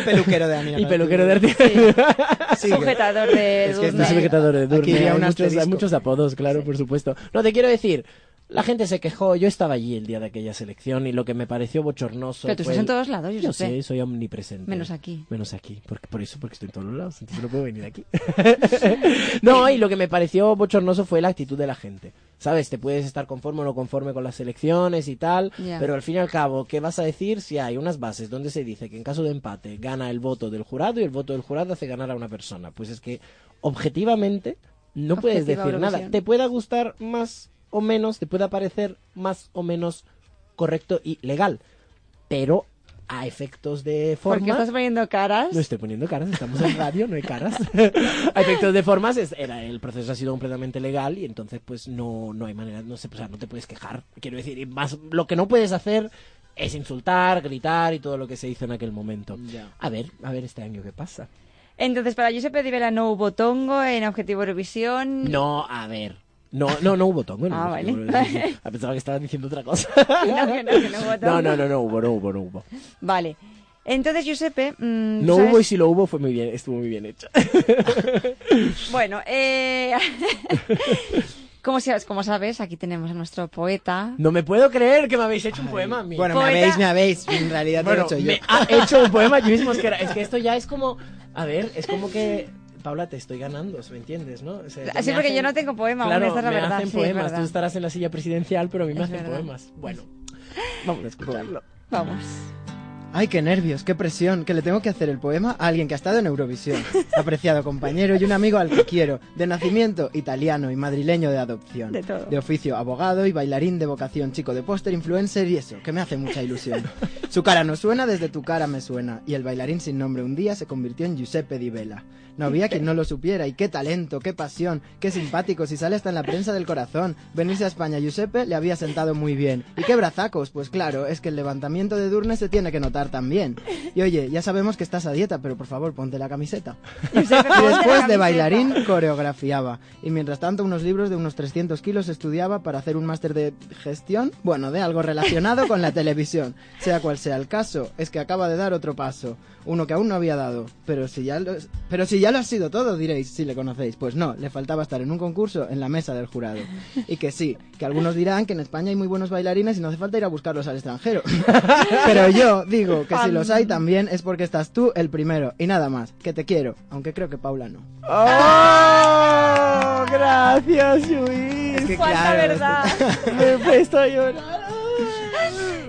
Speaker 3: peluquero de Ania.
Speaker 4: y peluquero de arti-
Speaker 3: Sigue.
Speaker 2: Sujetador de
Speaker 3: Es que
Speaker 2: Durne.
Speaker 3: esto
Speaker 4: Soy vegetador de Durne,
Speaker 3: Aquí iría
Speaker 4: hay
Speaker 3: un
Speaker 4: muchos, hay
Speaker 3: asterisco.
Speaker 4: muchos apodos, claro, por supuesto. No, te quiero decir, la gente se quejó, yo estaba allí el día de aquella selección y lo que me pareció bochornoso.
Speaker 2: Pero tú
Speaker 4: fue
Speaker 2: estás en
Speaker 4: el-
Speaker 2: todos lados, yo,
Speaker 4: Yo sé, soy omnipresente.
Speaker 2: Menos aquí.
Speaker 4: Menos aquí, porque, por eso, porque estoy en todos los lados, entonces no puedo venir aquí. no, y lo que me pareció bochornoso fue la actitud de la gente. ¿Sabes? Te puedes estar conforme o no conforme con las elecciones y tal,
Speaker 2: Ya.
Speaker 4: pero al fin y al cabo, ¿qué vas a decir si hay unas bases donde se dice que en caso de empate gana el voto del jurado y el voto del jurado hace ganar a una persona? Pues es que, objetivamente, no puedes
Speaker 2: Objetiva
Speaker 4: decir nada.
Speaker 2: Eurovisión.
Speaker 4: Te pueda gustar más o menos, te pueda parecer más o menos correcto y legal, pero a efectos de
Speaker 2: ¿Por qué
Speaker 4: forma...
Speaker 2: estás poniendo caras?
Speaker 4: No estoy poniendo caras, estamos en radio, no hay caras. A efectos de formas, es- era, el proceso ha sido completamente legal y entonces pues no, no hay manera, no sé, o sea, no te puedes quejar. Quiero decir, y más lo que no puedes hacer es insultar, gritar y todo lo que se hizo en aquel momento.
Speaker 3: Ya.
Speaker 4: A ver, a ver este año qué pasa.
Speaker 2: Entonces, para Giuseppe Di Vela no hubo tongo en Objetivo Eurovisión.
Speaker 4: No, a ver. No, no, no hubo tongo. No,
Speaker 2: Mm. Ah, vale.
Speaker 4: A pesar que estaban diciendo otra cosa.
Speaker 2: No, que no, que no hubo
Speaker 4: No,
Speaker 2: tongo.
Speaker 4: no, no, no hubo, no hubo, no hubo.
Speaker 2: Vale. Entonces, Giuseppe... mm,
Speaker 4: No
Speaker 2: ¿sabes?
Speaker 4: hubo y si lo hubo fue muy bien, estuvo muy bien hecho.
Speaker 2: Bueno, eh... como, sabes, como sabes, aquí tenemos a nuestro poeta.
Speaker 4: No me puedo creer que me habéis hecho un poema a mí.
Speaker 3: Bueno,
Speaker 2: Poeta-
Speaker 3: me habéis, me habéis. En realidad te lo he
Speaker 4: Bueno,
Speaker 3: hecho yo.
Speaker 4: me ha hecho un poema yo mismo. Es que, era- es que esto ya es como. A ver, es como que. Paula, te estoy ganando, ¿me entiendes? ¿no? O sea,
Speaker 2: Ah, Sí,
Speaker 4: me
Speaker 2: porque yo no tengo poema aún,
Speaker 4: Claro,
Speaker 2: esta es la
Speaker 4: me
Speaker 2: verdad,
Speaker 4: hacen
Speaker 2: sí, es
Speaker 4: poemas.
Speaker 2: verdad.
Speaker 4: Tú estarás en la silla presidencial, pero a mí me
Speaker 2: Es
Speaker 4: hacen
Speaker 2: verdad.
Speaker 4: poemas. Bueno, vamos a escucharlo.
Speaker 2: Vamos.
Speaker 3: Ay, qué nervios, qué presión, que le tengo que hacer el poema a alguien que ha estado en Eurovisión. Apreciado compañero y un amigo al que quiero, de nacimiento italiano y madrileño de adopción.
Speaker 2: De todo.
Speaker 3: oficio abogado y bailarín de vocación, chico de póster, influencer y eso, que me hace mucha ilusión. Su cara no suena, desde tu cara me suena. Y el bailarín sin nombre un día se convirtió en Giuseppe Di Vela. No había quien no lo supiera, y qué talento, qué pasión, qué simpático, si sale hasta en la prensa del corazón. Venirse a España, Giuseppe le había sentado muy bien. Y qué brazacos, pues claro, es que el levantamiento de Durne se tiene que notar también. Y oye, ya sabemos que estás a dieta, pero por favor, ponte la camiseta.
Speaker 2: Giuseppe,
Speaker 3: Y
Speaker 2: ponte la
Speaker 3: después de
Speaker 2: camiseta.
Speaker 3: bailarín coreografiaba. Y mientras tanto unos libros de unos 300 kilos estudiaba para hacer un máster de gestión, bueno, de algo relacionado con la televisión. Sea cual sea el caso, es que acaba de dar otro paso, uno que aún no había dado. Pero si ya lo, es- pero si ya lo ha sido todo, diréis, si le conocéis. Pues no, le faltaba estar en un concurso en la mesa del jurado. Y que sí, que algunos dirán que en España hay muy buenos bailarines y no hace falta ir a buscarlos al extranjero. Pero yo digo que si los hay también es porque estás tú el primero. Y nada más, que te quiero, aunque creo que Paula no.
Speaker 4: ¡Oh! Gracias, Luis.
Speaker 3: que
Speaker 2: ¡Cuánta
Speaker 3: claro, es que-
Speaker 2: verdad!
Speaker 4: Me he puesto a llorar.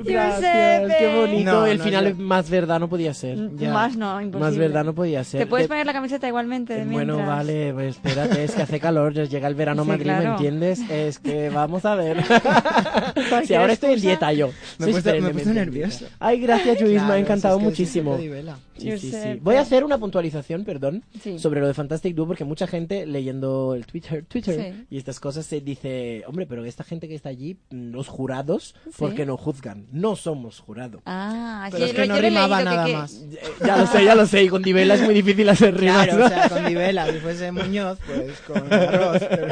Speaker 4: Gracias,
Speaker 2: Giuseppe.
Speaker 4: qué bonito.
Speaker 3: No,
Speaker 4: el
Speaker 3: no,
Speaker 4: final
Speaker 3: yo-
Speaker 4: es más verdad no podía ser.
Speaker 3: Ya.
Speaker 2: Más no, Mm, imposible.
Speaker 4: Más verdad no podía ser.
Speaker 2: Te puedes
Speaker 4: De-
Speaker 2: poner la camiseta igualmente de
Speaker 4: Eh, Bueno,
Speaker 2: mientras.
Speaker 4: vale, pues espérate, es que hace calor, ya llega el verano a
Speaker 2: Sí,
Speaker 4: Madrid, ¿me
Speaker 2: claro.
Speaker 4: entiendes? Es que vamos a ver. si
Speaker 2: Cualquier
Speaker 4: ahora estoy en
Speaker 2: excusa.
Speaker 4: dieta yo.
Speaker 3: Me he puesto- me he
Speaker 4: Soy extremadamente
Speaker 3: puesto
Speaker 4: en dieta.
Speaker 3: nervioso.
Speaker 4: Ay, gracias, Luis, me ha
Speaker 3: Claro, si
Speaker 4: encantado
Speaker 3: es que
Speaker 4: muchísimo.
Speaker 3: Giuseppe Di Vela.
Speaker 4: Sí, sí, sí.
Speaker 2: Giuseppe.
Speaker 4: Voy a hacer una puntualización, perdón,
Speaker 2: Sí.
Speaker 4: sobre lo de Fantastic Duo, porque mucha gente leyendo el Twitter, Twitter
Speaker 2: Sí.
Speaker 4: y estas cosas se dice, hombre, pero esta gente que está allí, los jurados,
Speaker 2: Sí.
Speaker 4: ¿por qué no juzgan? No somos jurado.
Speaker 2: Ah,
Speaker 3: Pero
Speaker 2: sí,
Speaker 3: es que
Speaker 2: lo-
Speaker 3: no
Speaker 2: yo lo he
Speaker 3: rimaba
Speaker 2: leído que-
Speaker 3: nada
Speaker 2: que-
Speaker 3: más.
Speaker 4: Eh, Ya lo sé, ya lo sé, y con Divela es muy difícil hacer rimas.
Speaker 3: Claro,
Speaker 4: ¿no?
Speaker 3: o sea, con Divela, si fuese Muñoz, pues con arroz. pero-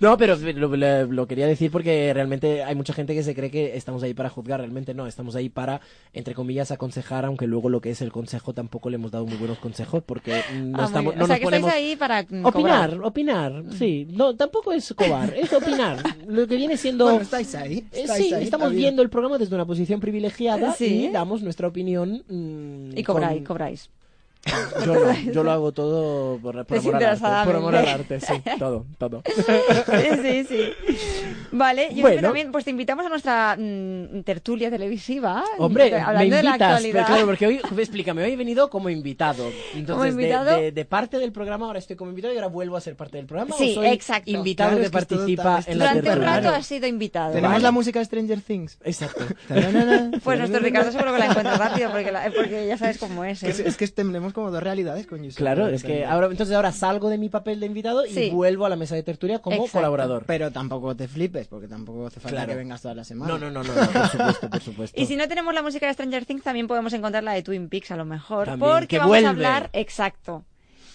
Speaker 4: No, pero lo, lo- lo quería decir porque realmente hay mucha gente que se cree que estamos ahí para juzgar, realmente no, estamos ahí para, entre comillas, aconsejar, aunque luego lo que es el consejo tampoco le hemos dado muy buenos consejos porque no,
Speaker 2: Ah, muy
Speaker 4: estamos,
Speaker 2: bien.
Speaker 4: no
Speaker 2: o sea,
Speaker 4: nos
Speaker 2: que
Speaker 4: ponemos...
Speaker 2: estáis ahí para mm,
Speaker 4: Opinar,
Speaker 2: cobrar. Mm.
Speaker 4: opinar, sí, no, tampoco es cobar, es opinar, lo que viene siendo...
Speaker 3: Bueno, estáis ahí.
Speaker 4: Eh,
Speaker 3: estáis
Speaker 4: sí,
Speaker 3: ahí,
Speaker 4: estamos
Speaker 3: está bien.
Speaker 4: viendo el programa desde una posición privilegiada
Speaker 2: Sí.
Speaker 4: y damos nuestra opinión. mm,
Speaker 2: Y cobráis,
Speaker 4: con-
Speaker 2: cobráis.
Speaker 4: Yo, no, yo lo hago todo por, por amor al arte, por amor al arte, sí, todo, todo.
Speaker 2: Sí, sí, sí. Vale, yo
Speaker 4: Bueno.
Speaker 2: también, pues te invitamos a nuestra mm, tertulia televisiva. Eh,
Speaker 4: Hombre,
Speaker 2: hablando
Speaker 4: me
Speaker 2: de la
Speaker 4: invitas, pero
Speaker 2: actualidad.
Speaker 4: claro, porque hoy, explícame, hoy he venido como invitado. Entonces,
Speaker 2: ¿Como
Speaker 4: de-
Speaker 2: invitado?
Speaker 4: De, de parte del programa, ahora estoy como invitado y ahora vuelvo a ser parte del programa.
Speaker 2: Sí,
Speaker 4: o soy
Speaker 2: exacto.
Speaker 4: Invitado
Speaker 3: Claro,
Speaker 4: que
Speaker 3: es que es todo
Speaker 4: participa
Speaker 3: tan-
Speaker 4: en la
Speaker 2: Durante un
Speaker 4: tertulia.
Speaker 2: rato
Speaker 4: Claro.
Speaker 2: has sido invitado.
Speaker 3: Tenemos
Speaker 2: Vale.
Speaker 3: la música de Stranger Things.
Speaker 4: Exacto.
Speaker 2: Pues nuestro Ricardo seguro que la
Speaker 3: encuentro
Speaker 2: encuentra rápido porque, la- porque ya sabes cómo es. ¿eh?
Speaker 3: Es, es que temblemos como dos realidades con Giuseppe.
Speaker 4: Claro, es que ahora, entonces ahora salgo de mi papel de invitado y
Speaker 2: Sí.
Speaker 4: vuelvo a la mesa de tertulia como
Speaker 2: Exacto.
Speaker 4: colaborador.
Speaker 3: Pero tampoco te flipes, porque tampoco hace falta
Speaker 4: Claro.
Speaker 3: que vengas todas las semanas.
Speaker 4: No, no, no, no, no, por supuesto, por supuesto.
Speaker 2: Y si no tenemos la música de Stranger Things, también podemos encontrar la de Twin Peaks a lo mejor.
Speaker 4: También,
Speaker 2: porque
Speaker 4: que
Speaker 2: vamos
Speaker 4: vuelve.
Speaker 2: a hablar, exacto,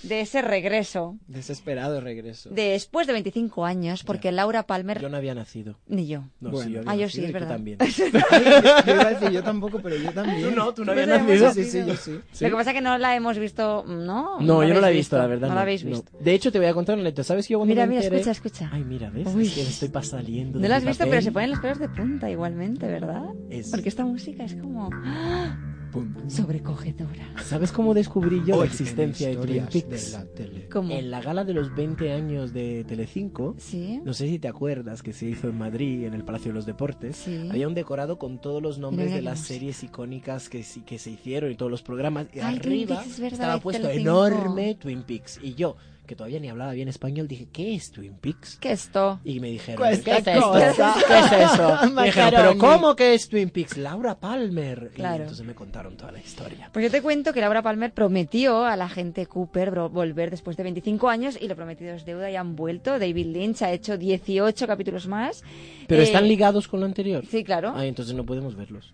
Speaker 2: de ese regreso
Speaker 3: Desesperado regreso.
Speaker 2: de después de 25 años, porque Laura Palmer,
Speaker 4: Yo no había nacido.
Speaker 2: ni yo.
Speaker 4: No,
Speaker 3: Bueno.
Speaker 4: sí, yo había
Speaker 2: Ah, yo sí,
Speaker 4: nacido y
Speaker 2: es
Speaker 4: tú
Speaker 2: verdad.
Speaker 4: también.
Speaker 3: Yo iba a decir yo tampoco, pero yo también.
Speaker 4: Tú no, tú no
Speaker 2: Pues
Speaker 4: habías
Speaker 2: habíamos
Speaker 4: nacido.
Speaker 3: Sí, sí, yo sí.
Speaker 4: Sí.
Speaker 2: Lo que pasa es que no la hemos visto, ¿no?
Speaker 4: No, yo no la he
Speaker 2: habéis
Speaker 4: visto, la verdad.
Speaker 2: No la habéis
Speaker 4: no.
Speaker 2: visto.
Speaker 4: De hecho, te voy a contar una anécdota. ¿Sabes que yo cuando
Speaker 2: Mira,
Speaker 4: me
Speaker 2: mira,
Speaker 4: enteré-
Speaker 2: escucha, escucha.
Speaker 4: Ay, ¿eh? mira, ¿ves?
Speaker 2: Uy.
Speaker 4: Es que me estoy pasaliendo.
Speaker 2: No
Speaker 4: de
Speaker 2: la
Speaker 4: mi
Speaker 2: has visto,
Speaker 4: papel.
Speaker 2: pero se ponen los pelos de punta igualmente, ¿verdad?
Speaker 4: Es-
Speaker 2: Porque esta música es como ¡ah! sobrecogedora.
Speaker 4: ¿Sabes cómo descubrí yo
Speaker 3: Hoy
Speaker 4: la existencia
Speaker 3: en
Speaker 4: de Twin
Speaker 3: historias
Speaker 4: Peaks?
Speaker 3: de la tele.
Speaker 2: Como...
Speaker 4: En la gala de los 20 años de Telecinco,
Speaker 2: Sí.
Speaker 4: no sé si te acuerdas que se hizo en Madrid, en el Palacio de los Deportes,
Speaker 2: Sí.
Speaker 4: había un decorado con todos los nombres
Speaker 2: mira
Speaker 4: de
Speaker 2: qué
Speaker 4: las
Speaker 2: música.
Speaker 4: series icónicas que, sí- que se hicieron y todos los programas. Y
Speaker 2: Ay, Twin
Speaker 4: arriba
Speaker 2: Peaks, es verdad,
Speaker 4: estaba
Speaker 2: de
Speaker 4: puesto
Speaker 2: Telecinco.
Speaker 4: enorme Twin Peaks. Y yo, que todavía ni hablaba bien español, dije, ¿qué es Twin Peaks?
Speaker 2: ¿Qué es esto?
Speaker 4: Y me dijeron,
Speaker 3: Pues,
Speaker 4: ¿qué es
Speaker 3: ¿qué
Speaker 4: esto?
Speaker 3: cosa?
Speaker 4: ¿Qué es eso? Me dijeron, ¿pero
Speaker 3: Macaroni.
Speaker 4: cómo que es Twin Peaks? Laura Palmer. Y
Speaker 2: Claro.
Speaker 4: entonces me contaron toda la historia.
Speaker 2: Pues yo te cuento que Laura Palmer prometió a la gente Cooper bro- volver después de 25 años y lo prometido es deuda y han vuelto. David Lynch ha hecho 18 capítulos más.
Speaker 4: ¿Pero
Speaker 2: Eh,
Speaker 4: están ligados con lo anterior?
Speaker 2: Sí, claro.
Speaker 4: Ay, entonces no podemos verlos.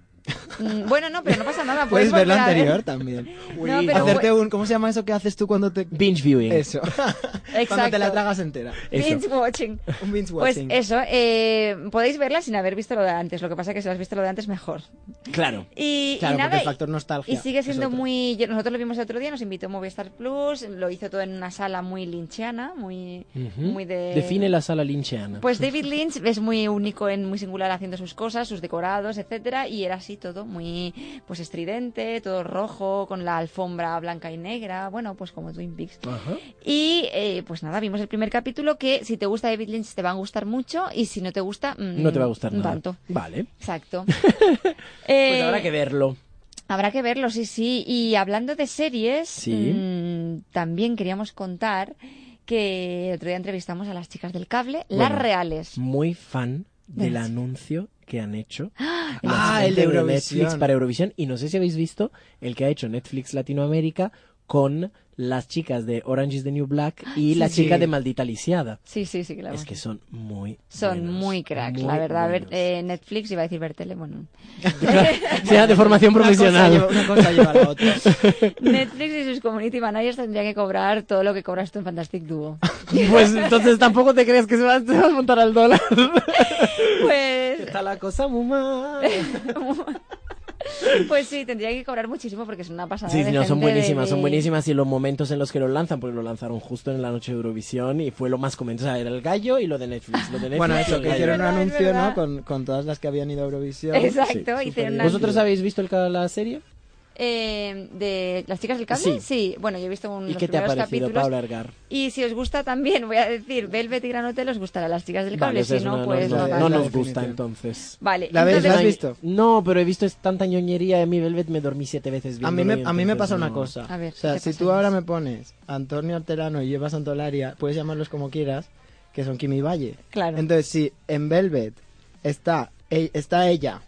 Speaker 2: Mm, bueno, no, pero no pasa nada.
Speaker 3: Puedes
Speaker 2: Puedes,
Speaker 3: ver
Speaker 2: volver
Speaker 3: lo
Speaker 2: a ver.
Speaker 3: anterior también.
Speaker 2: No, pero
Speaker 3: Hacerte un... ¿Cómo se llama eso que haces tú cuando te...
Speaker 4: Binge viewing.
Speaker 3: Eso. Cuando te la
Speaker 2: Exacto.
Speaker 3: tragas entera.
Speaker 4: Eso.
Speaker 2: Binge watching.
Speaker 3: Un binge
Speaker 2: Pues
Speaker 3: watching.
Speaker 2: eso, eh, podéis verla sin haber visto lo de antes. Lo que pasa es que si lo has visto lo de antes, mejor.
Speaker 4: Claro.
Speaker 2: Y, y
Speaker 3: Claro, porque
Speaker 2: nada,
Speaker 3: el factor nostalgia
Speaker 2: y sigue
Speaker 3: es
Speaker 2: siendo
Speaker 3: otro.
Speaker 2: muy. yo- nosotros lo vimos el otro día, nos invitó Movistar Plus, lo hizo todo en una sala muy linchiana, muy, muy de.
Speaker 4: Define la sala lincheana.
Speaker 2: Pues David Lynch es muy único en muy singular haciendo sus cosas, sus decorados, etcétera, y era así todo muy pues estridente, todo rojo, con la alfombra blanca y negra, bueno, pues como Twin Peaks.
Speaker 4: Ajá.
Speaker 2: Y eh, pues nada, vimos el primer capítulo que si te gusta David Lynch te va a gustar mucho y si no te gusta mm,
Speaker 4: No te va a gustar
Speaker 2: no
Speaker 4: nada.
Speaker 2: tanto. Eh,
Speaker 4: Vale.
Speaker 2: Exacto.
Speaker 4: Pues
Speaker 2: Eh,
Speaker 4: habrá que verlo.
Speaker 2: Habrá que verlo, sí, sí. Y hablando de series,
Speaker 4: Sí.
Speaker 2: mm, también queríamos contar que el otro día entrevistamos a las chicas del cable, las
Speaker 4: Bueno.
Speaker 2: reales.
Speaker 4: Muy fan del
Speaker 2: Gracias.
Speaker 4: anuncio que han hecho. el
Speaker 3: Ah, el
Speaker 4: asistente
Speaker 3: de
Speaker 4: de
Speaker 3: Eurovisión.
Speaker 4: Netflix para Eurovisión. Y no sé si habéis visto el que ha hecho Netflix Latinoamérica con las chicas de Orange is the New Black
Speaker 2: Ah,
Speaker 4: y la
Speaker 3: Sí.
Speaker 4: chica de Maldita Lisiada.
Speaker 2: Sí, sí, sí, claro.
Speaker 4: Es que son muy
Speaker 2: Son
Speaker 4: buenos,
Speaker 2: muy cracks,
Speaker 4: muy
Speaker 2: la verdad. Ver,
Speaker 4: buenos.
Speaker 2: eh, Netflix iba a decir ver tele, bueno.
Speaker 4: sea de formación
Speaker 3: Una cosa lleva-
Speaker 4: profesional.
Speaker 3: Una cosa lleva a la otra.
Speaker 2: Netflix y sus community managers tendrían que cobrar todo lo que cobras tú en Fantastic Duo.
Speaker 4: Pues entonces tampoco te creas que se va, te vas a montar al dólar.
Speaker 2: Pues,
Speaker 4: Está la cosa muy mal.
Speaker 2: pues sí, tendrían que cobrar muchísimo porque es una pasada.
Speaker 4: Sí,
Speaker 2: de
Speaker 4: no, son
Speaker 2: gente de-
Speaker 4: buenísimas, son
Speaker 2: de-
Speaker 4: buenísimas y los momentos en los que lo lanzan, porque lo lanzaron justo en la noche de Eurovisión y fue lo más comentado, o sea, era el gallo y lo de Netflix, lo de Netflix.
Speaker 3: Bueno,
Speaker 4: y
Speaker 3: eso,
Speaker 4: el
Speaker 3: que
Speaker 2: Es
Speaker 4: gallo.
Speaker 3: hicieron un
Speaker 2: verdad, es
Speaker 3: anuncio,
Speaker 2: verdad.
Speaker 3: ¿no? Con, con todas las que habían ido a Eurovisión.
Speaker 2: Exacto,
Speaker 3: Sí,
Speaker 2: y tienen
Speaker 3: superbién.
Speaker 2: una-
Speaker 4: ¿Vosotros habéis visto el, ca- la serie?
Speaker 2: Eh, de las chicas del cable,
Speaker 4: Sí.
Speaker 2: sí. Bueno, yo he visto un,
Speaker 4: ¿Y
Speaker 2: los
Speaker 4: qué te ha
Speaker 2: primeros
Speaker 4: parecido,
Speaker 2: capítulos.
Speaker 4: Paula Argar?
Speaker 2: Y si os gusta también, voy a decir, Velvet y Gran Hotel os gustará las chicas del
Speaker 4: Vale,
Speaker 2: cable,
Speaker 4: o sea,
Speaker 2: si
Speaker 4: es una-
Speaker 2: no, pues
Speaker 4: no,
Speaker 2: no,
Speaker 3: es
Speaker 4: no
Speaker 3: la
Speaker 2: tanto.
Speaker 4: nos gusta
Speaker 3: definitiva.
Speaker 4: entonces.
Speaker 2: Vale,
Speaker 3: La veis,
Speaker 2: entonces-
Speaker 3: ¿la has visto?
Speaker 4: No, pero he visto es tanta ñoñería. A mí Velvet me dormí siete veces.
Speaker 3: A mí, me,
Speaker 4: viéndolo y
Speaker 3: a mí me
Speaker 4: entonces
Speaker 3: pasa
Speaker 4: no.
Speaker 3: una cosa.
Speaker 2: A ver,
Speaker 3: o sea,
Speaker 2: ¿qué
Speaker 3: si
Speaker 2: pasa?
Speaker 3: tú ahora me pones Antonio Arterano y Eva Santolaria, puedes llamarlos como quieras, que son Kimi Valle.
Speaker 2: Claro.
Speaker 3: Entonces, si en Velvet está, e- está ella,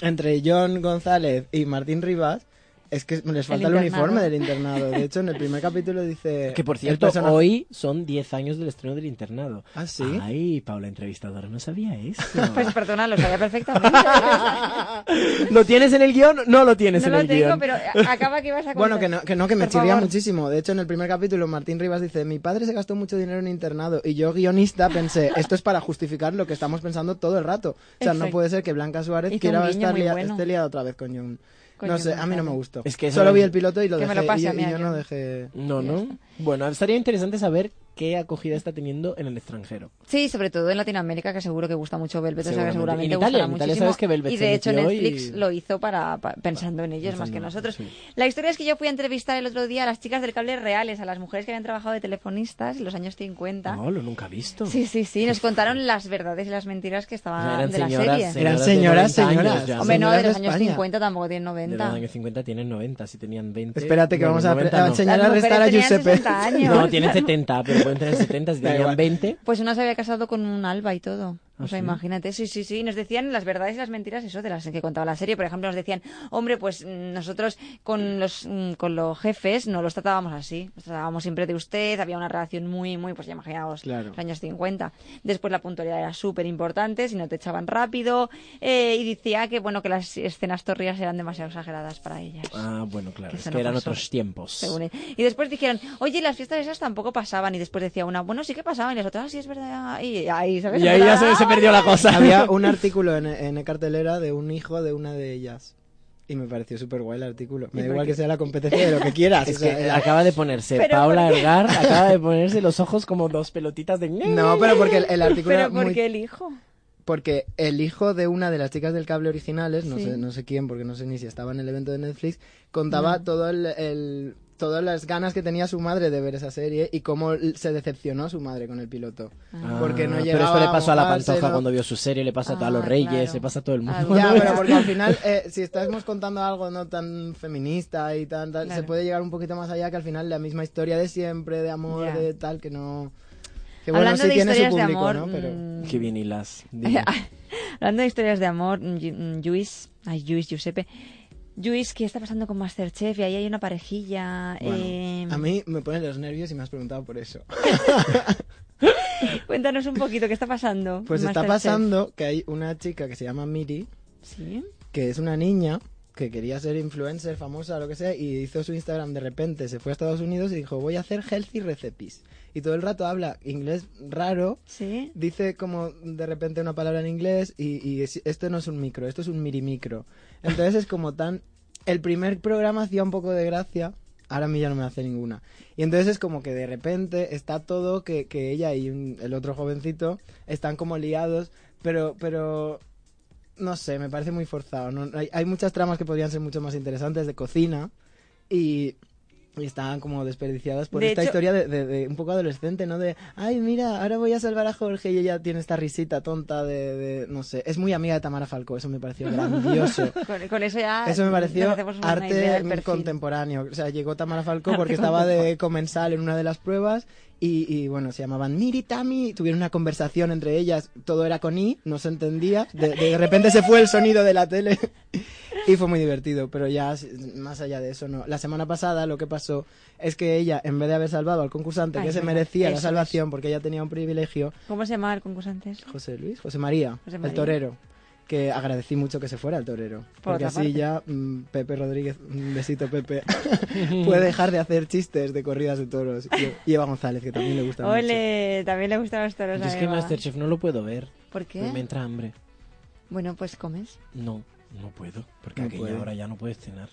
Speaker 3: entre John González y Martín Rivas, es que les falta el,
Speaker 2: internado.
Speaker 3: uniforme del internado. De hecho, en el primer capítulo dice...
Speaker 4: Que por
Speaker 3: Eh, el
Speaker 4: cierto,
Speaker 3: persona-
Speaker 4: hoy son 10 años del estreno del internado.
Speaker 3: Ah, sí.
Speaker 4: Ay, Paula entrevistadora, no sabía eso.
Speaker 2: Pues perdona, lo sabía perfectamente.
Speaker 4: ¿Lo tienes en el guión? No lo tienes
Speaker 2: no
Speaker 4: en
Speaker 2: lo
Speaker 4: el
Speaker 2: tengo,
Speaker 4: guión.
Speaker 2: pero a- acaba que vas a
Speaker 3: Bueno,
Speaker 2: contar.
Speaker 3: que no, que no, que me
Speaker 2: Por
Speaker 3: chirría
Speaker 2: favor.
Speaker 3: muchísimo. De hecho, en el primer capítulo, Martín Rivas dice: Mi padre se gastó mucho dinero en internado. Y yo, guionista, pensé: Esto es para justificar lo que estamos pensando todo el rato. O sea, no
Speaker 2: Exacto.
Speaker 3: puede ser que Blanca Suárez
Speaker 2: Hizo un
Speaker 3: quiera
Speaker 2: guiño
Speaker 3: estar
Speaker 2: muy
Speaker 3: lia-
Speaker 2: bueno.
Speaker 3: esté liada otra vez con John.
Speaker 2: Con
Speaker 3: no
Speaker 2: John
Speaker 3: sé, a mí no
Speaker 2: González.
Speaker 3: me gustó.
Speaker 4: Es que eso
Speaker 3: Solo
Speaker 4: es-
Speaker 3: vi el piloto y lo
Speaker 2: Que me
Speaker 3: dejé.
Speaker 2: lo pase
Speaker 3: y yo,
Speaker 2: a mí,
Speaker 3: y
Speaker 2: a
Speaker 3: yo
Speaker 2: John.
Speaker 3: no dejé.
Speaker 4: No,
Speaker 2: Ya
Speaker 4: no. Bueno, estaría interesante saber qué acogida está teniendo en el extranjero.
Speaker 2: Sí, sobre todo en Latinoamérica, que seguro que gusta mucho Velvet. o sea, que
Speaker 4: Seguramente.
Speaker 2: seguramente
Speaker 4: En
Speaker 2: gustará
Speaker 4: Italia, en Italia
Speaker 2: muchísimo.
Speaker 4: sabes que Velvet
Speaker 2: y
Speaker 4: se
Speaker 2: de hecho
Speaker 4: metió
Speaker 2: Netflix
Speaker 4: y-
Speaker 2: lo hizo para, pa- pensando en ellos más que
Speaker 4: Pensando,
Speaker 2: nosotros.
Speaker 4: sí.
Speaker 2: La historia es que yo fui a entrevistar el otro día a las chicas del cable reales, a las mujeres que habían trabajado de telefonistas en los años 50.
Speaker 4: No, lo nunca he visto.
Speaker 2: Sí, sí, sí, nos contaron las verdades y las mentiras que
Speaker 4: O
Speaker 2: estaban
Speaker 4: sea, eran
Speaker 2: de la
Speaker 4: señoras,
Speaker 2: serie.
Speaker 4: señoras,
Speaker 3: Eran
Speaker 4: de
Speaker 3: señoras,
Speaker 4: 90
Speaker 3: señoras.
Speaker 4: años ya.
Speaker 2: Hombre, no,
Speaker 3: señoras
Speaker 2: de los
Speaker 3: de
Speaker 2: años
Speaker 3: España.
Speaker 2: 50 tampoco tienen
Speaker 4: De los
Speaker 2: 90.
Speaker 4: años 50 tienen 90, si tenían 20.
Speaker 3: Espérate, que
Speaker 4: Bueno,
Speaker 3: vamos a,
Speaker 4: 90
Speaker 3: a
Speaker 4: no.
Speaker 3: enseñar a
Speaker 2: Las mujeres
Speaker 3: restar a
Speaker 2: tenían
Speaker 3: Giuseppe.
Speaker 2: 60 años.
Speaker 4: No, tienen 70, pero pueden tener 70 si
Speaker 3: Da
Speaker 4: tenían
Speaker 3: igual.
Speaker 4: 20.
Speaker 2: Pues una se había casado con un alba y todo.
Speaker 4: ¿Ah,
Speaker 2: O sea,
Speaker 4: sí?
Speaker 2: imagínate, sí, sí, sí. Nos decían las verdades y las mentiras, eso de las que contaba la serie. Por ejemplo, nos decían, hombre, pues mm, nosotros con los, mm, con los jefes no los tratábamos así. Los tratábamos siempre de usted, había una relación muy, muy, pues ya imaginaos,
Speaker 3: Claro.
Speaker 2: los años 50. Después la puntualidad era súper importante, si no te echaban rápido. eh, y decía que, bueno, que las escenas torridas eran demasiado exageradas para ellas.
Speaker 4: Ah, bueno, claro,
Speaker 2: Que
Speaker 4: es
Speaker 2: se
Speaker 4: que
Speaker 2: nos
Speaker 4: eran
Speaker 2: pasó.
Speaker 4: otros tiempos.
Speaker 2: Según él. Y después dijeron, oye, las fiestas esas tampoco pasaban. Y después decía una, bueno, sí que pasaban. Y las otras, "Ah, sí, es verdad. Y ahí, ¿sabes?
Speaker 4: Y ahí ya se, se perdió la cosa.
Speaker 3: Había un artículo en, en cartelera de un hijo de una de ellas. Y me pareció súper guay el artículo. Me da igual que sea la competencia de lo que quieras.
Speaker 4: Es
Speaker 3: o sea, eh,
Speaker 4: que
Speaker 3: era-
Speaker 4: acaba de ponerse
Speaker 2: Pero
Speaker 4: Paula
Speaker 2: ¿por qué?
Speaker 4: Ergar, acaba de ponerse los ojos como dos pelotitas de...
Speaker 3: No, pero porque el, el artículo era
Speaker 2: Pero ¿por
Speaker 3: muy
Speaker 2: qué el hijo?
Speaker 3: Porque el hijo de una de las chicas del cable originales, no,
Speaker 2: Sí.
Speaker 3: sé, no sé quién, porque no sé ni si estaba en el evento de Netflix, contaba todo el, el- todas las ganas que tenía su madre de ver esa serie y cómo l- se decepcionó su madre con el piloto.
Speaker 4: Ah,
Speaker 3: Porque no
Speaker 4: Pero esto
Speaker 3: llegaba
Speaker 4: le
Speaker 3: a
Speaker 4: pasó a la
Speaker 3: mojarse,
Speaker 4: pantoja
Speaker 3: ¿no?
Speaker 4: cuando vio su serie, le pasa a todos los
Speaker 2: Ah,
Speaker 4: reyes,
Speaker 2: claro. Ah,
Speaker 4: le pasa a todo el mundo.
Speaker 2: Algo.
Speaker 3: Ya, pero porque al final, eh, si estamos contando algo no tan feminista y tan tal,
Speaker 2: Claro.
Speaker 3: se puede llegar un poquito más allá que al final la misma historia de siempre, de amor,
Speaker 2: Ya.
Speaker 3: de tal, que no... Que
Speaker 2: Hablando de historias de amor.
Speaker 3: ¿no? Pero...
Speaker 2: mm,
Speaker 4: Qué bien hilas. dime.
Speaker 3: Ah,
Speaker 2: Hablando de historias de amor, mm, Ju- mm, Luis, ay, Luis, Giuseppe. Luis, ¿qué está pasando con Masterchef? Y ahí hay una parejilla.
Speaker 3: Bueno,
Speaker 2: eh,
Speaker 3: a mí me ponen los nervios y me has preguntado por eso.
Speaker 2: Cuéntanos un poquito, ¿qué está pasando?
Speaker 3: Pues
Speaker 2: en
Speaker 3: está
Speaker 2: Masterchef?
Speaker 3: pasando que hay una chica que se llama Miri,
Speaker 2: Sí.
Speaker 3: que es una niña que quería ser influencer, famosa, lo que sea, y hizo su Instagram de repente, se fue a Estados Unidos y dijo, voy a hacer healthy recipes. Y todo el rato habla inglés raro,
Speaker 2: Sí.
Speaker 3: dice como de repente una palabra en inglés y, y es- esto no es un micro, esto es un mirimicro. Entonces es como tan... El primer programa hacía un poco de gracia, ahora a mí ya no me hace ninguna. Y entonces es como que de repente está todo que, que ella y un- el otro jovencito están como liados, pero... pero no sé, me parece muy forzado. ¿no? Hay, hay muchas tramas que podrían ser mucho más interesantes de cocina y, y están como desperdiciadas por
Speaker 2: De
Speaker 3: esta
Speaker 2: hecho-
Speaker 3: historia de, de- de un poco adolescente, ¿no? De, ay, mira, ahora voy a salvar a Jorge y ella tiene esta risita tonta de, de- no sé, es muy amiga de Tamara Falco, eso me pareció grandioso.
Speaker 2: Con, con eso Ah, ya.
Speaker 3: Eso me
Speaker 2: nos
Speaker 3: pareció
Speaker 2: hacemos una idea del
Speaker 3: arte
Speaker 2: perfil. Ah,
Speaker 3: contemporáneo. O sea, llegó Tamara Falco
Speaker 2: Arte
Speaker 3: porque estaba de comensal en una de las pruebas y, y, bueno, se llamaban Miri, Tami, tuvieron una conversación entre ellas, todo era con I, no se entendía, de, de repente se fue el sonido de la tele y fue muy divertido, pero ya s- más allá de eso no. La semana pasada lo que pasó es que ella, en vez de haber salvado al concursante
Speaker 2: Ay,
Speaker 3: que se
Speaker 2: verdad,
Speaker 3: merecía
Speaker 2: eso
Speaker 3: la
Speaker 2: es.
Speaker 3: salvación porque ella tenía un privilegio,
Speaker 2: ¿Cómo se llamaba el concursante? ese?
Speaker 3: José Luis, José María,
Speaker 2: José María.
Speaker 3: el torero. Que agradecí mucho que se fuera el torero. porque
Speaker 2: otra
Speaker 3: así
Speaker 2: parte.
Speaker 3: ya mm, Pepe Rodríguez, un besito Pepe, puede dejar de hacer chistes de corridas de toros. Y- Y Eva González, que también le gusta
Speaker 2: Ole, también le gustan los toros.
Speaker 4: Yo
Speaker 2: a
Speaker 4: es que
Speaker 2: Eva.
Speaker 4: Masterchef no lo puedo ver.
Speaker 2: ¿Por qué?
Speaker 4: Me entra hambre.
Speaker 2: Bueno, pues comes.
Speaker 4: No, no puedo. Porque
Speaker 3: No
Speaker 4: a aquella
Speaker 3: puede.
Speaker 4: hora ya no puedes cenar.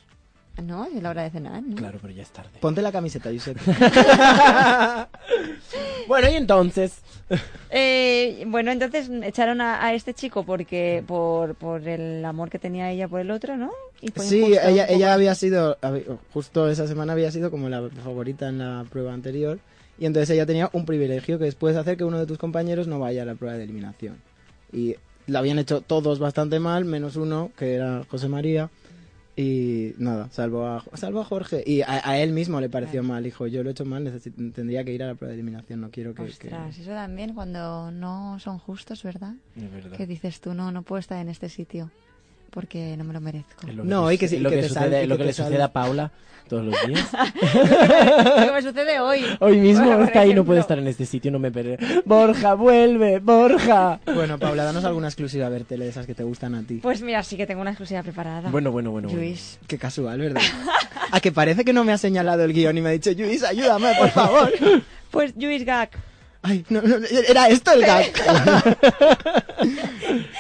Speaker 2: Ah, No, es la hora de cenar, ¿no?
Speaker 4: Claro, pero ya es tarde.
Speaker 3: mucho. Ponte la camiseta, Josep.
Speaker 4: bueno, y entonces.
Speaker 2: Eh, bueno, entonces echaron a, a este chico porque por, por el amor que tenía ella por el otro, ¿no? Y fue
Speaker 3: Sí,
Speaker 2: injusto
Speaker 3: ella,
Speaker 2: un poco.
Speaker 3: ella había sido, hab- justo esa semana había sido como la favorita en la prueba anterior. Y entonces ella tenía un privilegio que después hacer que uno de tus compañeros no vaya a la prueba de eliminación. Y la habían hecho todos bastante mal, menos uno, que era José María. Y nada, salvo a, salvo a Jorge. Y a, a él mismo le pareció mal. Dijo, yo lo he hecho mal, necesi- tendría que ir a la prueba de eliminación. No quiero que... que-
Speaker 2: Ostras, eso también cuando no son justos, ¿verdad?
Speaker 4: De verdad.
Speaker 2: Que dices tú, no, no puedo estar en este sitio porque no me lo merezco.
Speaker 4: Es
Speaker 2: Lo
Speaker 4: lo que
Speaker 3: No,
Speaker 4: te
Speaker 3: y que sí,
Speaker 4: sucede- lo
Speaker 3: que
Speaker 4: que,
Speaker 3: te
Speaker 4: sucede-
Speaker 3: salve, que
Speaker 4: lo que
Speaker 3: te
Speaker 4: le sucede
Speaker 3: salve.
Speaker 4: a Paula todos los días.
Speaker 2: que me sucede hoy.
Speaker 4: Hoy mismo
Speaker 2: Por
Speaker 4: está ahí, no
Speaker 2: ejemplo.
Speaker 4: puede estar en este sitio, no me perderé. Borja, vuelve, Borja.
Speaker 3: Bueno, Paula, danos alguna exclusiva verte de esas que te gustan a ti.
Speaker 2: Pues mira, sí que tengo una exclusiva preparada.
Speaker 4: Bueno, bueno, bueno. bueno.
Speaker 2: Luis.
Speaker 3: Qué casual, ¿verdad? A que parece que no me ha señalado el guión y me ha dicho, Luis, ayúdame, por favor.
Speaker 2: Pues Luis Gag.
Speaker 3: Ay, no, no, no, era esto el gag.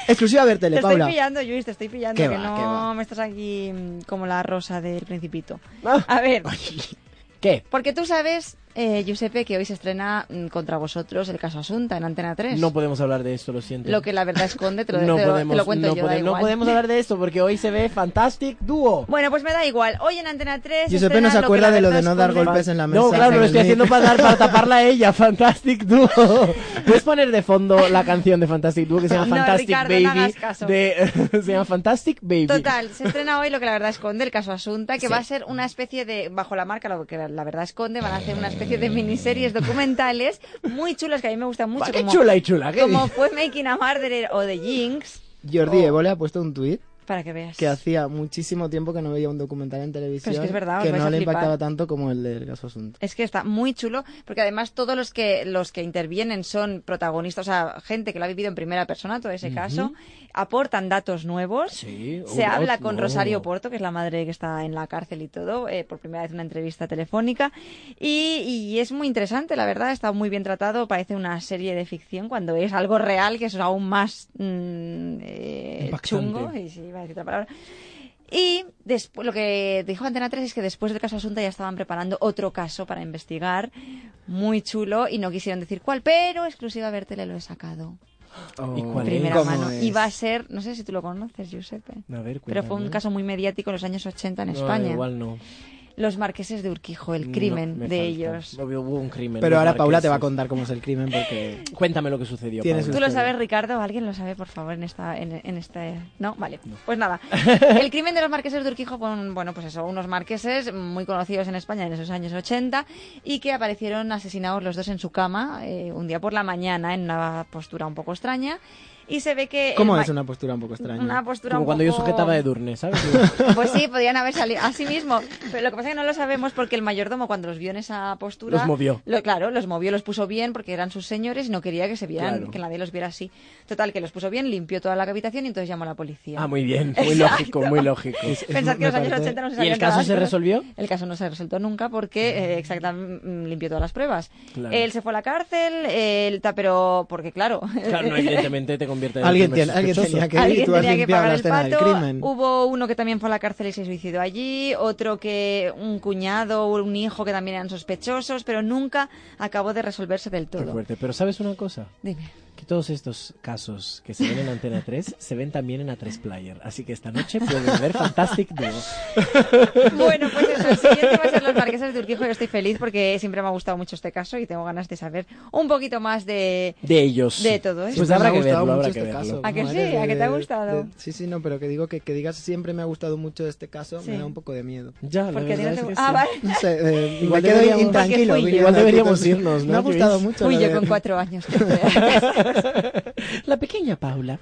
Speaker 3: Exclusiva Bertele,
Speaker 2: Te
Speaker 3: Paula.
Speaker 2: estoy pillando, Luis, te estoy pillando.
Speaker 3: ¿Qué
Speaker 2: Que
Speaker 3: va,
Speaker 2: no
Speaker 3: qué va?
Speaker 2: me estás aquí mm, como la rosa del Principito.
Speaker 3: Ah.
Speaker 2: A ver,
Speaker 4: ¿Qué?
Speaker 2: porque tú sabes, eh, Giuseppe, que hoy se estrena mm, contra vosotros el caso Asunta en Antena 3.
Speaker 4: No podemos hablar de esto, lo siento.
Speaker 2: lo que la verdad esconde, te lo,
Speaker 4: no
Speaker 2: te lo- te
Speaker 4: podemos,
Speaker 2: lo cuento
Speaker 4: no
Speaker 2: yo. da
Speaker 4: podemos, no
Speaker 2: igual.
Speaker 4: podemos hablar de esto porque hoy se ve Fantastic Duo.
Speaker 2: Bueno, pues me da igual. Hoy en Antena 3.
Speaker 3: Giuseppe no se acuerda de lo de no dar golpes en la mesa.
Speaker 4: No, claro, lo estoy
Speaker 3: Fermín.
Speaker 4: haciendo para, dar- para taparla a ella, Fantastic Duo. ¿Puedes poner de fondo la canción de Fantastic Duo que se llama
Speaker 2: No,
Speaker 4: Fantastic
Speaker 2: Ricardo, no
Speaker 4: Baby?
Speaker 2: hagas caso.
Speaker 4: de- se llama Fantastic Baby.
Speaker 2: Total, se estrena hoy lo que la verdad esconde, el caso Asunta, que
Speaker 4: Sí.
Speaker 2: va a ser una especie de, bajo la marca lo que la verdad esconde, van a hacer una especie de miniseries documentales muy chulas que a mí me gustan mucho.
Speaker 4: Va, qué
Speaker 2: como-
Speaker 4: chula y chula, ¿qué
Speaker 2: Como
Speaker 4: dices?
Speaker 2: fue Making a Murderer o The Jinx,
Speaker 3: Jordi
Speaker 2: Oh.
Speaker 3: Evole ha puesto un tuit
Speaker 2: para que veas.
Speaker 3: que hacía muchísimo tiempo que no veía un documental en televisión
Speaker 2: Pero es que es verdad, os
Speaker 3: que
Speaker 2: vais
Speaker 3: no
Speaker 2: a
Speaker 3: le
Speaker 2: flipar.
Speaker 3: impactaba tanto como el del caso Asunto.
Speaker 2: Es que está muy chulo, porque además todos los que los que intervienen son protagonistas, o sea, gente que lo ha vivido en primera persona todo ese caso, aportan datos nuevos.
Speaker 4: Sí,
Speaker 2: Se
Speaker 4: oh,
Speaker 2: habla
Speaker 4: oh.
Speaker 2: con Rosario Porto, que es la madre que está en la cárcel y todo, eh, por primera vez una entrevista telefónica. Y, y es muy interesante, la verdad, está muy bien tratado, parece una serie de ficción cuando es algo real, que es aún más mm, eh,
Speaker 4: Impactante.
Speaker 2: chungo. Y sí, iba a decir otra palabra. Y después, lo que dijo Antena 3 es que después del caso Asunta ya estaban preparando otro caso para investigar, muy chulo, y no quisieron decir cuál, pero exclusiva Bertele lo he sacado.
Speaker 4: ¿Y cuál
Speaker 2: Primera
Speaker 4: Oh. es?
Speaker 3: ¿Cómo
Speaker 2: mano.
Speaker 3: es?
Speaker 2: Y va a ser, no sé si tú lo conoces, Giuseppe.
Speaker 4: A ver,
Speaker 2: Pero fue un
Speaker 4: cuéntame.
Speaker 2: caso muy mediático en los años 80 en
Speaker 4: No,
Speaker 2: España.
Speaker 4: Igual no.
Speaker 2: Los marqueses de Urquijo, el crimen
Speaker 4: No, me
Speaker 2: de
Speaker 4: falta.
Speaker 2: ellos.
Speaker 4: Obvio, hubo un crimen.
Speaker 3: Pero
Speaker 4: los
Speaker 3: ahora Paula te va a
Speaker 4: marqueses.
Speaker 3: contar cómo es el crimen porque...
Speaker 4: Cuéntame lo que sucedió.
Speaker 3: Tienes
Speaker 2: ¿Tú
Speaker 4: Paula.
Speaker 2: lo
Speaker 3: historia.
Speaker 2: sabes, Ricardo? ¿Alguien lo sabe, por favor, en esta, en, en este...? No, vale. Pues nada. El crimen de los marqueses de Urquijo fueron, bueno, pues eso, unos marqueses muy conocidos en España en esos años 80 y que aparecieron asesinados los dos en su cama eh, un día por la mañana en una postura un poco extraña. y se ve que... el
Speaker 3: ¿Cómo
Speaker 2: ma-
Speaker 3: es una postura un poco extraña?
Speaker 2: Una postura
Speaker 4: Como
Speaker 2: un
Speaker 4: cuando yo
Speaker 2: poco-
Speaker 4: sujetaba de Durne, ¿sabes?
Speaker 2: Pues sí, podrían haber salido así mismo. Pero lo que pasa es que no lo sabemos porque el mayordomo cuando los vio en esa postura...
Speaker 4: Los movió.
Speaker 2: lo- claro, los movió, los puso bien porque eran sus señores y no quería que se vieran,
Speaker 4: Claro.
Speaker 2: que nadie los viera así. Total, que los puso bien, limpió toda la habitación y entonces llamó a la policía.
Speaker 4: Ah, muy bien, muy
Speaker 2: Exacto.
Speaker 4: lógico, muy lógico.
Speaker 2: Pensad que
Speaker 3: me
Speaker 2: en los años
Speaker 3: parece-
Speaker 2: 80 no se
Speaker 4: ¿Y
Speaker 2: sabían
Speaker 4: el caso
Speaker 2: todas las
Speaker 4: se
Speaker 2: cosas.
Speaker 4: resolvió?
Speaker 2: El caso no se resolvió nunca porque eh, exactamente mm, limpió todas las pruebas.
Speaker 4: Claro.
Speaker 2: Él se fue a la cárcel, él ta- pero porque claro,
Speaker 4: Claro, no, evidentemente te convierte en el
Speaker 3: Alguien,
Speaker 4: primer
Speaker 3: tiene- alguien
Speaker 4: sospechoso.
Speaker 3: tenía que ir y
Speaker 2: alguien
Speaker 3: tú has
Speaker 2: tenía que
Speaker 3: limpiado
Speaker 2: pagar
Speaker 3: la
Speaker 2: el
Speaker 3: escena del
Speaker 2: pato.
Speaker 3: crimen.
Speaker 2: Hubo uno que también fue a la cárcel y se suicidó allí, otro que un cuñado, un hijo que también eran sospechosos, pero nunca acabó de resolverse del
Speaker 4: Qué
Speaker 2: todo.
Speaker 4: fuerte. Pero ¿sabes una cosa?
Speaker 2: Dime.
Speaker 4: Que todos estos casos que se ven en Antena 3 se ven también en A3 Player. Así que esta noche pueden ver Fantastic Duo.
Speaker 2: Bueno, pues eso, el siguiente va a ser los marqueses de Urquijo. Yo estoy feliz porque siempre me ha gustado mucho este caso y tengo ganas de saber un poquito más de...
Speaker 4: De ellos.
Speaker 2: De todo ¿eh? esto.
Speaker 4: Pues
Speaker 3: Me ha
Speaker 4: habrá que
Speaker 3: gustado mucho
Speaker 4: verlo, habrá
Speaker 3: este
Speaker 4: que verlo.
Speaker 3: caso,
Speaker 2: ¿A que
Speaker 3: ¿no?
Speaker 2: sí?
Speaker 3: Eres
Speaker 2: ¿A que te ha gustado?
Speaker 3: de- sí, sí, no, pero que digo que, que digas siempre me ha gustado mucho este caso,
Speaker 2: Sí.
Speaker 3: me da un poco de miedo.
Speaker 4: Ya, la
Speaker 2: Porque a ti no
Speaker 4: verdad es
Speaker 2: te-
Speaker 4: que
Speaker 2: Ah,
Speaker 4: sí.
Speaker 2: vale.
Speaker 3: No sé, eh,
Speaker 4: Igual
Speaker 3: me quedo
Speaker 4: deberíamos-
Speaker 3: intranquilo.
Speaker 2: Porque fui yo.
Speaker 3: viniendo
Speaker 4: Igual
Speaker 3: a ti,
Speaker 4: deberíamos
Speaker 3: entonces,
Speaker 4: irnos, ¿no,
Speaker 3: Me ha gustado
Speaker 4: Luis?
Speaker 3: mucho.
Speaker 2: Uy,
Speaker 3: la
Speaker 2: yo
Speaker 3: verdad.
Speaker 2: con cuatro años.
Speaker 4: La pequeña Paula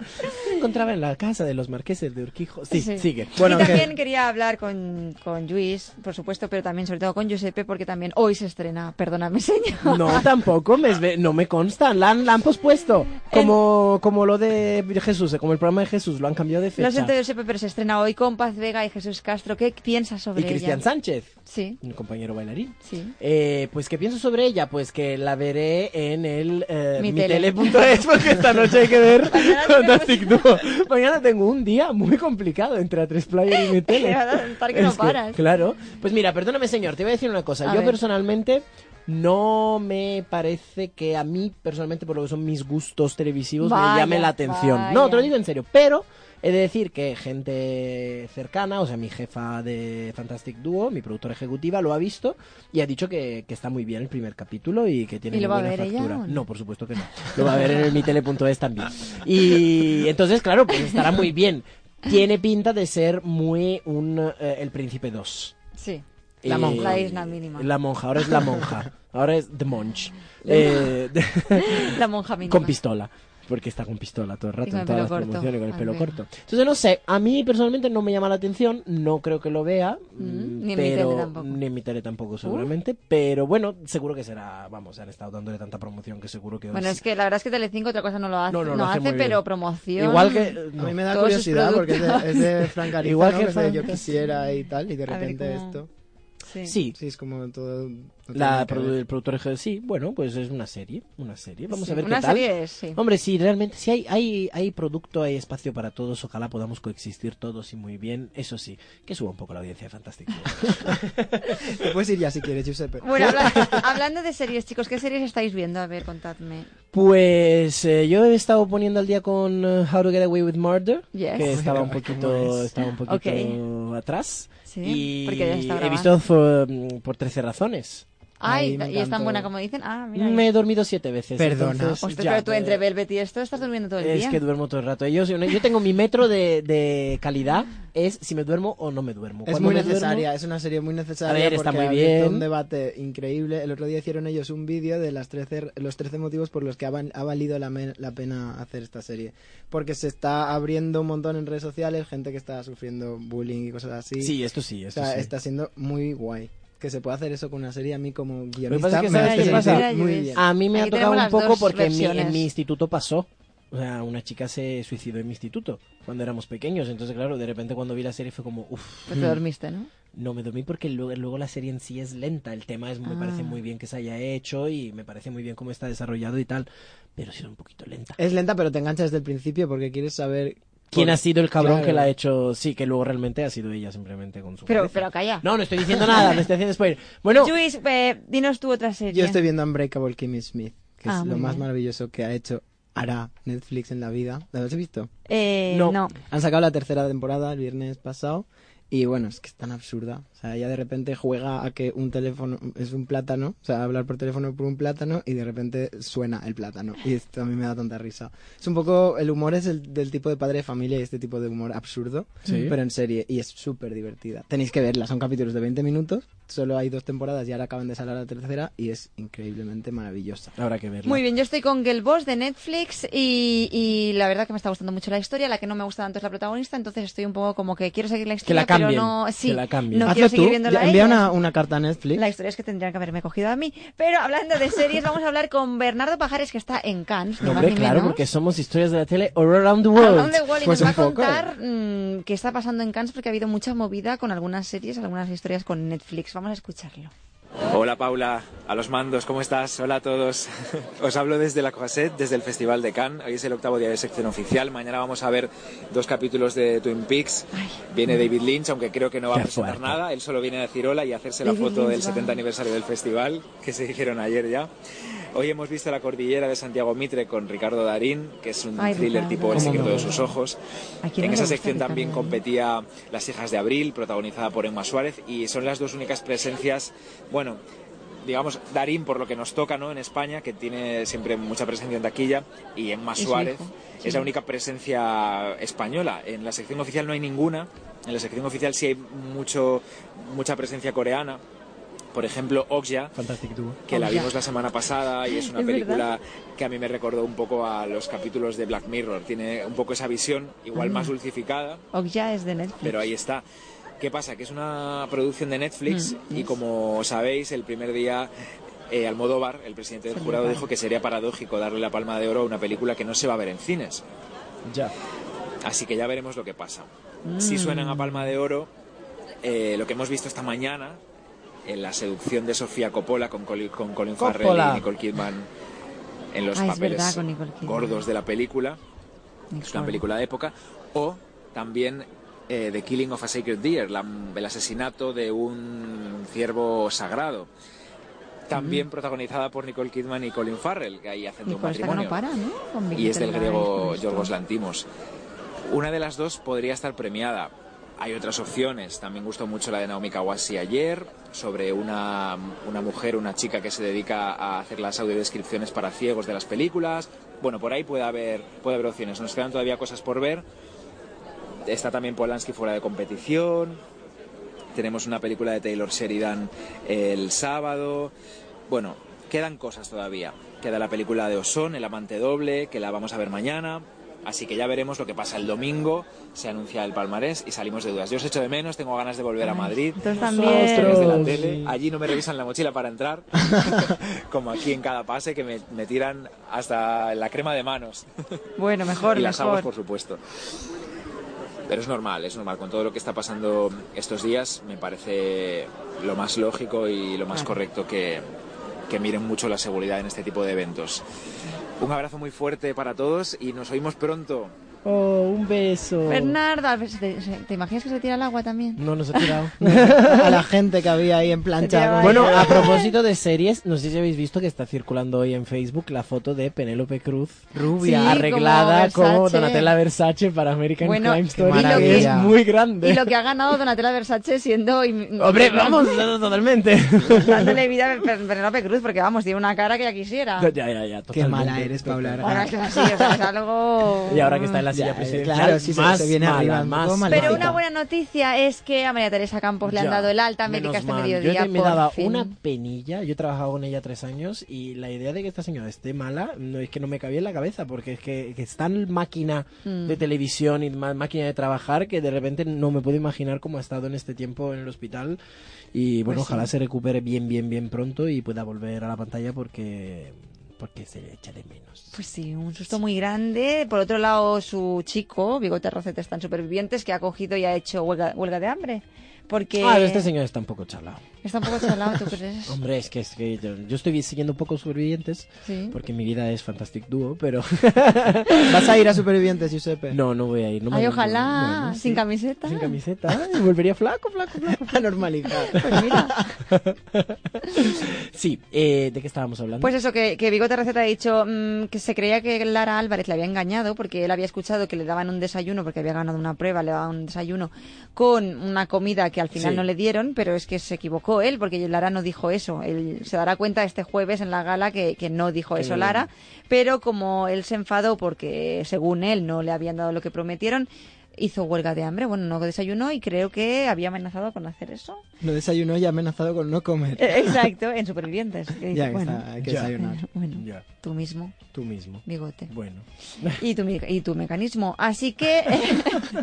Speaker 4: se encontraba en la casa de los marqueses de Urquijo. Sí,
Speaker 2: Sí.
Speaker 4: sigue.
Speaker 3: Bueno,
Speaker 2: y
Speaker 3: aunque-
Speaker 2: también quería hablar con, con Luis, por supuesto, pero también sobre todo con Giuseppe, porque también hoy se estrena, perdóname, señor.
Speaker 4: No, tampoco, me, esve- no me consta, la han, la han pospuesto. Como, como lo de Jesús, eh, como el programa de Jesús, lo han cambiado de fecha.
Speaker 2: Lo siento, Giuseppe, pero se estrena hoy con Paz Vega y Jesús Castro. ¿Qué piensas sobre
Speaker 4: y Cristian
Speaker 2: ella?
Speaker 4: Sánchez,
Speaker 2: Sí,
Speaker 4: un compañero bailarín.
Speaker 2: sí.
Speaker 4: Eh, pues, ¿qué pienso sobre ella? Pues que la veré en el eh,
Speaker 2: Mi tele.
Speaker 4: mitele.es porque esta noche hay que ver
Speaker 2: Mañana
Speaker 4: Fantastic Duo. Mañana tengo un día muy complicado entre A3 Player y mi tele.
Speaker 2: Vas a estar que no
Speaker 4: Es
Speaker 2: paras.
Speaker 4: Claro. Pues mira, perdóname, señor, te voy a decir una cosa.
Speaker 2: A
Speaker 4: Yo
Speaker 2: ver.
Speaker 4: personalmente no me parece que a mí, personalmente, por lo que son mis gustos televisivos,
Speaker 2: Vaya,
Speaker 4: me llame la atención.
Speaker 2: vaya.
Speaker 4: No, te lo digo en serio. Pero he de decir que gente cercana, o sea, mi jefa de Fantastic Duo, mi productora ejecutiva, lo ha visto y ha dicho que, que está muy bien el primer capítulo y que tiene
Speaker 2: ¿Y lo
Speaker 4: muy
Speaker 2: va a
Speaker 4: buena
Speaker 2: ver ella
Speaker 4: factura.
Speaker 2: o no?
Speaker 4: no, por supuesto que no. Lo va a ver en el mitele.es también. Y entonces, claro, pues estará muy bien. Tiene pinta de ser muy un eh, El Príncipe 2.
Speaker 2: Sí. Eh,
Speaker 3: La monja.
Speaker 2: La isla mínima.
Speaker 4: La monja, ahora es la monja. Ahora es The Monch. Eh,
Speaker 2: La monja mínima.
Speaker 4: con pistola. Porque está con pistola todo el rato
Speaker 2: Y con el
Speaker 4: en todas
Speaker 2: pelo
Speaker 4: las
Speaker 2: corto,
Speaker 4: promociones, con el
Speaker 2: al
Speaker 4: pelo
Speaker 2: ver.
Speaker 4: corto. Entonces, no sé, a mí personalmente no me llama la atención, no creo que lo vea.
Speaker 2: Mm,
Speaker 4: mm,
Speaker 2: ni en mi
Speaker 4: pero,
Speaker 2: tele tampoco. Uh.
Speaker 4: Ni en mi tele tampoco, seguramente. Pero bueno, seguro que será, vamos, han estado dándole tanta promoción que seguro que...
Speaker 2: Bueno, es que la verdad es que Telecinco otra cosa no lo hace,
Speaker 4: No, no, lo hace
Speaker 2: hace,
Speaker 4: muy bien.
Speaker 2: pero promoción.
Speaker 4: Igual que...
Speaker 3: A mí
Speaker 4: no.
Speaker 3: me da
Speaker 2: Todos sus
Speaker 3: curiosidad porque es de, es de Frank Ariza,
Speaker 4: Igual
Speaker 3: ¿no?
Speaker 4: que
Speaker 3: Que es de yo
Speaker 4: Fantas-
Speaker 3: quisiera y tal, y de
Speaker 2: A ver
Speaker 3: repente
Speaker 2: cómo-
Speaker 3: esto.
Speaker 2: Sí.
Speaker 4: Sí,
Speaker 3: Sí, es como todo. no tiene
Speaker 4: la,
Speaker 3: nada que
Speaker 4: produ-
Speaker 3: ver.
Speaker 4: el productor ejecutivo, sí, bueno, pues es una serie, una serie. Vamos
Speaker 2: Sí,
Speaker 4: a ver
Speaker 2: Una
Speaker 4: qué tal.
Speaker 2: serie es, sí.
Speaker 4: Hombre, sí, realmente, si hay, hay, hay producto, hay espacio para todos, ojalá podamos coexistir todos y muy bien, eso sí, que suba un poco la audiencia de Fantastic Four.
Speaker 3: Te puedes ir ya si quieres, Giuseppe.
Speaker 2: Bueno, habla- hablando de series, chicos, ¿qué series estáis viendo? A ver, contadme.
Speaker 4: Pues eh, yo he estado poniendo al día con eh, How to Get Away with Murder,
Speaker 2: Yes.
Speaker 4: que estaba
Speaker 3: Ay,
Speaker 4: un
Speaker 3: ¿cómo
Speaker 4: poquito,
Speaker 3: es?
Speaker 4: estaba un poquito
Speaker 2: Ok.
Speaker 4: atrás.
Speaker 2: Sí,
Speaker 4: y
Speaker 2: porque ya está
Speaker 4: he
Speaker 2: grabada.
Speaker 4: visto por, mm, por 13 razones.
Speaker 2: Ay,
Speaker 3: Ay, me
Speaker 2: y es tan
Speaker 3: encantó.
Speaker 2: buena como dicen. Ah, mira.
Speaker 4: Me he dormido siete veces.
Speaker 3: Perdona.
Speaker 4: entonces,
Speaker 2: Ostras,
Speaker 4: ya,
Speaker 2: pero tú
Speaker 4: eh,
Speaker 2: entre Velvet y esto estás durmiendo todo el
Speaker 4: Es
Speaker 2: día.
Speaker 4: que duermo todo el rato. Yo, soy una- yo tengo mi metro de, de calidad, es si me duermo o no me duermo.
Speaker 3: Es
Speaker 4: Cuando
Speaker 3: muy
Speaker 4: me duermo-
Speaker 3: necesaria, es una serie muy necesaria
Speaker 4: A ver, está
Speaker 3: porque
Speaker 4: muy
Speaker 3: ha abierto
Speaker 4: bien.
Speaker 3: un debate increíble. El otro día hicieron ellos un vídeo de las 13, los 13 motivos por los que ha, val- ha valido la, men- la pena hacer esta serie. Porque se está abriendo un montón en redes sociales, gente que está sufriendo bullying y cosas así.
Speaker 4: Sí, esto sí,
Speaker 3: O
Speaker 4: esto
Speaker 3: sea,
Speaker 4: sí.
Speaker 3: está siendo muy guay. Que se pueda hacer eso con una serie, a mí como
Speaker 4: que
Speaker 3: guionista
Speaker 4: pasa es que
Speaker 3: me
Speaker 4: ¿sabes
Speaker 3: hace
Speaker 4: qué
Speaker 3: sentir
Speaker 4: pasa?
Speaker 3: muy
Speaker 2: Ay,
Speaker 3: bien. Ah,
Speaker 4: A mí me
Speaker 2: Aquí
Speaker 4: ha tocado
Speaker 2: tenemos
Speaker 4: un
Speaker 2: las
Speaker 4: poco
Speaker 2: dos
Speaker 4: porque en mi,
Speaker 2: versiones.
Speaker 4: en mi instituto pasó. O sea, una chica se suicidó en mi instituto cuando éramos pequeños. Entonces, claro, de repente cuando vi la serie fue como, uff,
Speaker 2: Pues te dormiste, ¿no?
Speaker 4: no me dormí porque luego, luego la serie en sí es lenta. El tema es, me
Speaker 2: Ah.
Speaker 4: parece muy bien que se haya hecho y me parece muy bien cómo está desarrollado y tal. Pero sí es un poquito lenta.
Speaker 2: Eh,
Speaker 3: Es lenta, pero te engancha desde el principio porque quieres saber
Speaker 4: ¿Quién
Speaker 3: por-
Speaker 4: ha sido el cabrón
Speaker 3: Claro.
Speaker 4: que la ha hecho? Sí, que luego realmente ha sido ella simplemente con su.
Speaker 2: Pero,
Speaker 4: cabeza.
Speaker 2: pero calla.
Speaker 4: No, no estoy diciendo nada, no estoy haciendo spoiler. Bueno,
Speaker 2: Luis, eh, dinos tú otra serie.
Speaker 3: Yo estoy viendo Unbreakable Kimmy Smith, que
Speaker 2: Ah,
Speaker 3: es
Speaker 2: muy
Speaker 3: lo más
Speaker 2: bien.
Speaker 3: maravilloso que ha hecho, hará Netflix en la vida. ¿Lo habéis visto?
Speaker 2: Eh, no.
Speaker 4: No.
Speaker 3: Han sacado la tercera temporada el viernes pasado y bueno, es que es tan absurda. O sea, ella de repente juega a que un teléfono es un plátano, o sea, hablar por teléfono por un plátano y de repente suena el plátano. Y esto a mí me da tanta risa. Es un poco, el humor es el del tipo de padre de familia y este tipo de humor absurdo,
Speaker 4: Sí.
Speaker 3: pero en serie y es súper divertida. Tenéis que verla, son capítulos de 20 minutos, solo hay dos temporadas y ahora acaban de sacar la tercera y es increíblemente maravillosa.
Speaker 4: Habrá que verla.
Speaker 2: Muy bien, yo estoy con Gelbos de Netflix y, y la verdad que me está gustando mucho la historia. La que no me gusta tanto es la protagonista, entonces estoy un poco como que quiero seguir la historia,
Speaker 4: la cambien,
Speaker 2: pero no. Sí,
Speaker 4: que la cambien.
Speaker 2: no
Speaker 3: Hazlo
Speaker 2: quiero seguir
Speaker 3: tú,
Speaker 2: viéndola.
Speaker 3: ya-
Speaker 2: a
Speaker 3: envía
Speaker 2: ella.
Speaker 3: una, una carta a Netflix.
Speaker 2: La historia es que tendrían que haberme cogido a mí. Pero hablando de series, vamos a hablar con Bernardo Pajares, que está en Cannes. ni
Speaker 4: No,
Speaker 2: más
Speaker 4: hombre,
Speaker 2: ni
Speaker 4: claro,
Speaker 2: menos.
Speaker 4: porque somos historias de la tele all around the world.
Speaker 2: Around the World y
Speaker 3: Pues
Speaker 2: nos va a
Speaker 3: un poco.
Speaker 2: contar mm, qué está pasando en Cannes porque ha habido mucha movida con algunas series, algunas historias con Netflix. Vamos a escucharlo.
Speaker 6: Hola Paula, a los mandos, ¿cómo estás? Hola a todos. Os hablo desde la Croisette, desde el Festival de Cannes. Hoy es el octavo día de sección oficial. Mañana vamos a ver dos capítulos de Twin Peaks. Viene David Lynch, aunque creo que no va a
Speaker 4: Qué
Speaker 6: presentar
Speaker 4: fuerte.
Speaker 6: nada. Él solo viene a decir hola y a hacerse la
Speaker 2: David
Speaker 6: foto
Speaker 2: Lynch
Speaker 6: del
Speaker 2: va.
Speaker 6: 70 aniversario del festival, que se hicieron ayer ya. Hoy hemos visto La Cordillera de Santiago Mitre con Ricardo Darín, que es un
Speaker 2: Ay,
Speaker 6: thriller
Speaker 2: Ricardo.
Speaker 6: tipo El
Speaker 2: ¿Cómo
Speaker 6: secreto
Speaker 2: no?
Speaker 6: de sus ojos.
Speaker 2: ¿A quién no
Speaker 6: En
Speaker 2: le
Speaker 6: esa
Speaker 2: gusta
Speaker 6: sección también
Speaker 2: Ricardo Darín?
Speaker 6: compete competía Las hijas de abril, protagonizada por Emma Suárez, y son las dos únicas presencias, bueno, digamos, Darín, por lo que nos toca, ¿no? En España, que tiene siempre mucha presencia en taquilla, y Emma
Speaker 2: Y su
Speaker 6: Suárez
Speaker 2: hijo,
Speaker 6: es
Speaker 2: sí.
Speaker 6: la única presencia española. En la sección oficial no hay ninguna, en la sección oficial sí hay mucho, mucha presencia coreana. Por ejemplo, Okja,
Speaker 4: Fantastic Duo.
Speaker 6: que la
Speaker 2: Okja.
Speaker 6: vimos la semana pasada y es una
Speaker 2: Es
Speaker 6: película
Speaker 2: verdad.
Speaker 6: que a mí me recordó un poco a los capítulos de Black Mirror. Tiene un poco esa visión, igual más dulcificada,
Speaker 2: Okja es de Netflix.
Speaker 6: pero ahí está. ¿Qué pasa? Que es una producción de Netflix y como sabéis, el primer día eh, Almodóvar, el presidente del jurado, dijo que sería paradójico darle la palma de oro a una película que no se va a ver en cines.
Speaker 4: Ya.
Speaker 6: Así que ya veremos lo que pasa.
Speaker 2: Mm.
Speaker 6: Si suenan a palma de oro, eh, lo que hemos visto esta mañana, en la seducción de Sofía Coppola con Colin, con Colin Farrell
Speaker 4: Coppola.
Speaker 6: y Nicole Kidman en los
Speaker 2: Ah, es verdad,
Speaker 6: papeles
Speaker 2: con Nicole Kidman.
Speaker 6: gordos de la película, que es una
Speaker 2: Nicole.
Speaker 6: película de época, o también eh, The Killing of a Sacred Deer, la- el asesinato de un ciervo sagrado. También protagonizada por Nicole Kidman y Colin Farrell, que ahí hacen un
Speaker 2: Nicole Mm. está que
Speaker 6: matrimonio
Speaker 2: no para, ¿no? Con
Speaker 6: y
Speaker 2: Vicky
Speaker 6: es del
Speaker 2: Telgar,
Speaker 6: griego
Speaker 2: con esto.
Speaker 6: Yorgos Lantimos. Una de las dos podría estar premiada. Hay otras opciones. También gustó mucho la de Naomi Kawase ayer, sobre una, una mujer, una chica que se dedica a hacer las audiodescripciones para ciegos de las películas. Bueno, por ahí puede haber, puede haber opciones. Nos quedan todavía cosas por ver. Está también Polanski fuera de competición. Tenemos una película de Taylor Sheridan eh, el sábado. Bueno, quedan cosas todavía. Queda la película de Osón, El amante doble, que la vamos a ver mañana. Así que ya veremos lo que pasa el domingo. Se anuncia el palmarés y salimos de dudas. Yo os echo de menos, tengo ganas de volver a Madrid.
Speaker 2: Entonces
Speaker 6: Las historias de
Speaker 2: también.
Speaker 4: Nosotros.
Speaker 6: la tele. Allí no me revisan la mochila para entrar, como aquí en cada pase que me, me tiran hasta la crema de manos
Speaker 2: Bueno, mejor,
Speaker 6: y las aguas, por
Speaker 2: mejor.
Speaker 6: supuesto. Pero es normal, es normal. Con todo lo que está pasando estos días, me parece lo más lógico y lo más
Speaker 2: Claro.
Speaker 6: correcto que, que miren mucho la seguridad en este tipo de eventos. Un abrazo muy fuerte para todos y nos oímos pronto.
Speaker 4: Oh, un beso.
Speaker 2: Bernardo, a ver, ¿te, te imaginas que se tira al agua también?
Speaker 4: No nos ha tirado.
Speaker 3: a la gente que había ahí en plancha.
Speaker 2: Ay,
Speaker 4: Bueno,
Speaker 2: ay,
Speaker 4: a
Speaker 2: ay.
Speaker 4: propósito de series, no sé si habéis visto que está circulando hoy en Facebook la foto de Penélope Cruz
Speaker 2: Sí,
Speaker 4: rubia arreglada
Speaker 2: como
Speaker 4: como,
Speaker 2: Versace.
Speaker 4: Donatella Versace para American
Speaker 2: Bueno,
Speaker 4: Crime Story.
Speaker 3: y lo
Speaker 4: que es
Speaker 3: que-
Speaker 4: muy grande.
Speaker 2: Y lo que ha ganado Donatella Versace siendo... im-
Speaker 4: Hombre, vamos, totalmente.
Speaker 2: Dándole vida a Per- Penélope Cruz, porque vamos, tiene una cara que ya quisiera.
Speaker 4: ya, ya, ya.
Speaker 3: Qué
Speaker 4: totalmente.
Speaker 3: mala eres, Paula. Arana.
Speaker 2: Ahora es que es así, o sea, es algo...
Speaker 4: Y ahora que está en la silla
Speaker 3: Ya, eh,
Speaker 4: presidencial,
Speaker 3: claro, sí, se-
Speaker 4: más
Speaker 3: se viene
Speaker 4: mala,
Speaker 3: arriba, un
Speaker 4: más
Speaker 3: poco
Speaker 4: mala.
Speaker 3: maléfica.
Speaker 2: Pero una buena noticia es que a María Teresa Campos pues le han
Speaker 4: Ya,
Speaker 2: dado el alta médica
Speaker 4: menos
Speaker 2: este
Speaker 4: mal.
Speaker 2: mediodía.
Speaker 4: Yo te- me
Speaker 2: por
Speaker 4: daba
Speaker 2: fin.
Speaker 4: una penilla, yo he trabajado con ella tres años y la idea de que esta señora esté mala no es que no me cabía en la cabeza porque es que, que es tan máquina
Speaker 2: Mm.
Speaker 4: de televisión y ma- máquina de trabajar que de repente no me puedo imaginar cómo ha estado en este tiempo en el hospital y bueno,
Speaker 2: Pues sí.
Speaker 4: ojalá se recupere bien, bien, bien pronto y pueda volver a la pantalla porque, porque se le echa de menos.
Speaker 2: Pues sí, un susto muy grande. Por otro lado, su chico, Bigote Roseta, están supervivientes, que ha cogido y ha hecho huelga, huelga de hambre. Porque
Speaker 4: Ah, pero este señor está un poco chalado.
Speaker 2: está un poco chalado, ¿tú crees?
Speaker 4: Hombre, es que, es que yo, yo estoy siguiendo un poco supervivientes
Speaker 2: Sí.
Speaker 4: porque mi vida es Fantastic Duo, pero...
Speaker 3: ¿Vas a ir a Supervivientes, Giuseppe?
Speaker 4: No, no voy a ir. No me
Speaker 2: Ay,
Speaker 4: voy.
Speaker 2: ojalá,
Speaker 4: Bueno, sí.
Speaker 2: sin camiseta.
Speaker 4: Sin camiseta. Y volvería flaco, flaco, flaco.
Speaker 3: A normalizar.
Speaker 2: Pues mira,
Speaker 4: Sí, eh, ¿de qué estábamos hablando?
Speaker 2: pues eso, que, que Bigote Roseta ha dicho mm, que se creía que Lara Álvarez le había engañado porque él había escuchado que le daban un desayuno porque había ganado una prueba, le daban un desayuno con una comida que al final
Speaker 4: Sí.
Speaker 2: no le dieron, pero es que se equivocó él porque Lara no dijo eso. Él se dará cuenta este jueves en la gala que, que no dijo
Speaker 4: Que
Speaker 2: eso
Speaker 4: no le
Speaker 2: Lara, pero como él se enfadó porque según él no le habían dado lo que prometieron, hizo huelga de hambre, bueno, no desayunó y creo que había amenazado con hacer eso.
Speaker 3: No desayunó y amenazado con no comer.
Speaker 2: Eh, Exacto, en Supervivientes. que dice,
Speaker 3: Ya que
Speaker 2: bueno,
Speaker 3: está, hay que
Speaker 4: ya.
Speaker 3: desayunar.
Speaker 2: bueno,
Speaker 4: Ya.
Speaker 2: tú mismo,
Speaker 4: Tú mismo.
Speaker 2: bigote.
Speaker 4: Bueno.
Speaker 2: Y tu, mi- y tu mecanismo. Así que,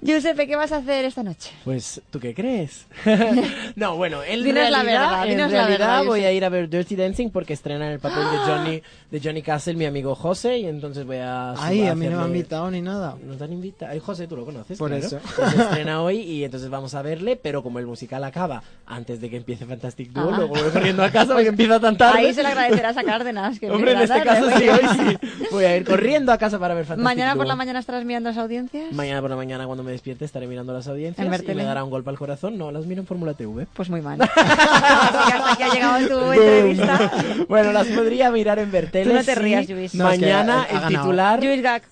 Speaker 2: Giuseppe, ¿qué vas a hacer esta noche?
Speaker 4: Pues, ¿tú qué crees? no, bueno, en
Speaker 2: Dinos la
Speaker 4: realidad,
Speaker 2: verdad,
Speaker 4: en
Speaker 2: dinos la
Speaker 4: realidad
Speaker 2: verdad, ¡Ah!
Speaker 4: voy
Speaker 2: Josep.
Speaker 4: a ir a ver Dirty Dancing porque estrenan el papel de Johnny de Johnny Castle, mi amigo José, y entonces voy a... sub-
Speaker 3: Ay, a mí no me han
Speaker 4: hacerle-
Speaker 3: invitado ni nada.
Speaker 4: No te han invitado. Ay, José, tú lo conoces.
Speaker 3: Por
Speaker 4: claro.
Speaker 3: eso.
Speaker 4: Pues Se estrena hoy y entonces vamos a verle, pero como el musical acaba antes de que empiece Fantastic Duo,
Speaker 2: Ah.
Speaker 4: luego voy corriendo a casa porque empieza tan tarde.
Speaker 2: Ahí se le agradecerás a Cárdenas. Que
Speaker 4: Hombre, en
Speaker 2: me
Speaker 4: este
Speaker 2: agrada,
Speaker 4: caso
Speaker 2: ¿no?
Speaker 4: sí, hoy sí. Voy a ir corriendo a casa para ver Fantastic
Speaker 2: pues Mañana por
Speaker 4: Duo.
Speaker 2: la mañana estarás mirando las audiencias.
Speaker 4: Mañana por la mañana cuando me despierte estaré mirando las audiencias
Speaker 2: En
Speaker 4: y
Speaker 2: Bertele.
Speaker 4: me dará un golpe al corazón. No, las miro en Fórmula TV.
Speaker 2: Pues muy mal. Así que hasta aquí ha llegado tu entrevista.
Speaker 4: Bueno, las podría mirar en Bertele.
Speaker 2: Tú no te
Speaker 4: sí.
Speaker 2: rías, Luis.
Speaker 3: No, es que
Speaker 4: Mañana
Speaker 3: ha- ha
Speaker 4: el
Speaker 3: ganado.
Speaker 4: titular.
Speaker 2: Luis Gag.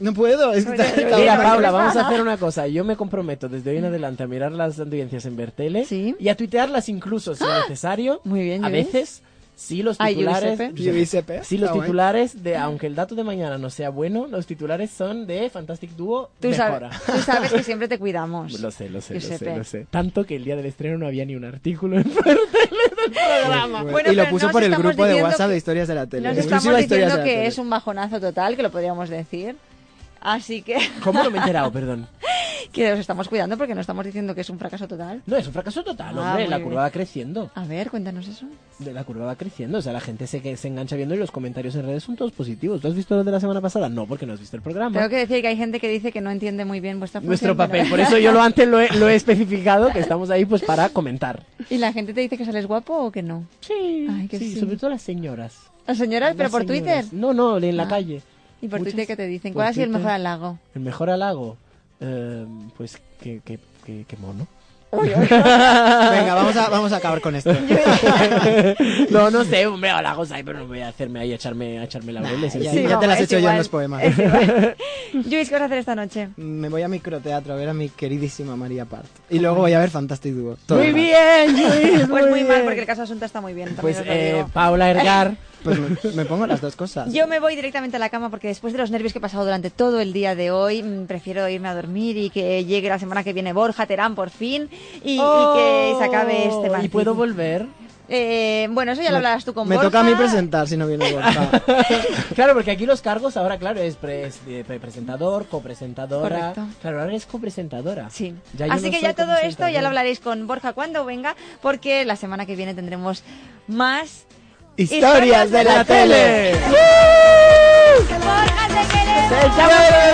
Speaker 3: No puedo. es que
Speaker 2: Oye,
Speaker 3: está- está-
Speaker 4: Mira,
Speaker 2: no
Speaker 4: Paula,
Speaker 2: es
Speaker 4: vamos a
Speaker 2: nada.
Speaker 4: hacer una cosa. Yo me comprometo desde hoy en adelante a mirar las audiencias en Bertele
Speaker 2: Sí. ¡Ah!
Speaker 4: y a tuitearlas incluso si es necesario.
Speaker 2: Muy bien,
Speaker 4: A
Speaker 2: Luis.
Speaker 4: veces, si los
Speaker 2: Ay,
Speaker 4: titulares.
Speaker 2: Giuseppe.
Speaker 3: Giuseppe,
Speaker 4: Si los
Speaker 3: está guay.
Speaker 4: titulares de, aunque el dato de mañana no sea bueno, los titulares son de Fantastic Duo
Speaker 2: Tú
Speaker 4: mejora.
Speaker 2: sabes, tú sabes que siempre te cuidamos.
Speaker 4: Lo sé, lo sé, lo sé,
Speaker 2: Giuseppe.
Speaker 4: lo sé. Tanto que el día del estreno no había ni un artículo en
Speaker 3: Bueno,
Speaker 2: Bueno,
Speaker 3: y lo
Speaker 2: pero
Speaker 3: puso
Speaker 2: nos
Speaker 3: por el
Speaker 2: estamos
Speaker 3: grupo de
Speaker 2: diciendo
Speaker 3: WhatsApp
Speaker 2: que-
Speaker 3: de historias de la tele.
Speaker 2: Nos
Speaker 3: Exclusiva
Speaker 2: estamos
Speaker 3: Historias
Speaker 2: diciendo
Speaker 3: de la
Speaker 2: que
Speaker 3: Tele.
Speaker 2: es un bajonazo total, que lo podríamos decir. Así que,
Speaker 4: ¿Cómo no me he enterado? Perdón.
Speaker 2: que os estamos cuidando porque no estamos diciendo que es un fracaso total.
Speaker 4: No, es un fracaso total,
Speaker 2: Ah,
Speaker 4: hombre.
Speaker 2: muy
Speaker 4: La
Speaker 2: bien.
Speaker 4: curva va creciendo.
Speaker 2: A ver, cuéntanos eso.
Speaker 4: De La curva va creciendo. O sea, la gente se, que se engancha viendo y los comentarios en redes son todos positivos. ¿Tú has visto los de la semana pasada? No, porque no has visto el programa.
Speaker 2: Tengo que decir que hay gente que dice que no entiende muy bien vuestra función.
Speaker 4: Nuestro
Speaker 2: pero-
Speaker 4: papel. Por eso yo lo antes lo he, lo he especificado, que estamos ahí pues para comentar.
Speaker 2: ¿Y la gente te dice que sales guapo o que no?
Speaker 4: Sí,
Speaker 2: Ay, que sí.
Speaker 4: sobre todo las señoras.
Speaker 2: Las señoras, pero
Speaker 4: Las
Speaker 2: por
Speaker 4: señoras.
Speaker 2: Twitter.
Speaker 4: No, no, en la
Speaker 2: Ah.
Speaker 4: calle.
Speaker 2: ¿Y por
Speaker 4: Muchas
Speaker 2: Twitter qué te dicen?
Speaker 4: por
Speaker 2: ¿Cuál ha sido el
Speaker 4: Twitter.
Speaker 2: mejor halago?
Speaker 4: El mejor halago, eh, pues que, que, que, que mono.
Speaker 3: Venga, vamos a, vamos a acabar con esto.
Speaker 4: no, no sé, hombre, halagos hay, pero no voy a hacerme ahí a echarme, a echarme laureles.
Speaker 3: ya,
Speaker 4: encima.
Speaker 3: ya
Speaker 2: vamos,
Speaker 3: te las he
Speaker 2: es
Speaker 3: hecho ya en
Speaker 2: igual,
Speaker 3: los poemas.
Speaker 2: es igual. Luis, ¿qué vas a hacer esta noche?
Speaker 3: Me voy a microteatro a ver a mi queridísima María Part. Y luego voy a ver Fantastic Duo. Todo
Speaker 4: Muy
Speaker 3: el rato.
Speaker 4: bien, Luis,
Speaker 2: Pues muy mal,
Speaker 4: bien.
Speaker 2: porque el caso Asunta está muy bien. también
Speaker 4: Pues
Speaker 2: os lo
Speaker 4: eh,
Speaker 2: digo.
Speaker 4: Paula Ergar.
Speaker 3: Pues me, me pongo las dos cosas.
Speaker 2: Yo me voy directamente a la cama porque después de los nervios que he pasado durante todo el día de hoy, mm, prefiero irme a dormir y que llegue la semana que viene Borja Terán por fin y, y que se acabe este
Speaker 4: Oh,
Speaker 2: partido.
Speaker 4: Y puedo volver.
Speaker 2: Eh, bueno, eso ya lo hablarás tú con
Speaker 3: Me
Speaker 2: Borja.
Speaker 3: toca a mí presentar si no viene Borja.
Speaker 4: Claro, porque aquí los cargos ahora, claro, es pre- es, eh, pre- presentador, copresentadora.
Speaker 2: Correcto.
Speaker 4: Claro, ahora es copresentadora.
Speaker 2: Sí.
Speaker 4: Ya yo
Speaker 2: Así
Speaker 4: no
Speaker 2: que
Speaker 4: soy
Speaker 2: ya todo esto ya
Speaker 4: copresentadora.
Speaker 2: lo hablaréis con Borja cuando venga, porque la semana que viene tendremos más
Speaker 3: Historias de la tele.
Speaker 2: ¡Borja, te queremos!
Speaker 4: ¡Chao!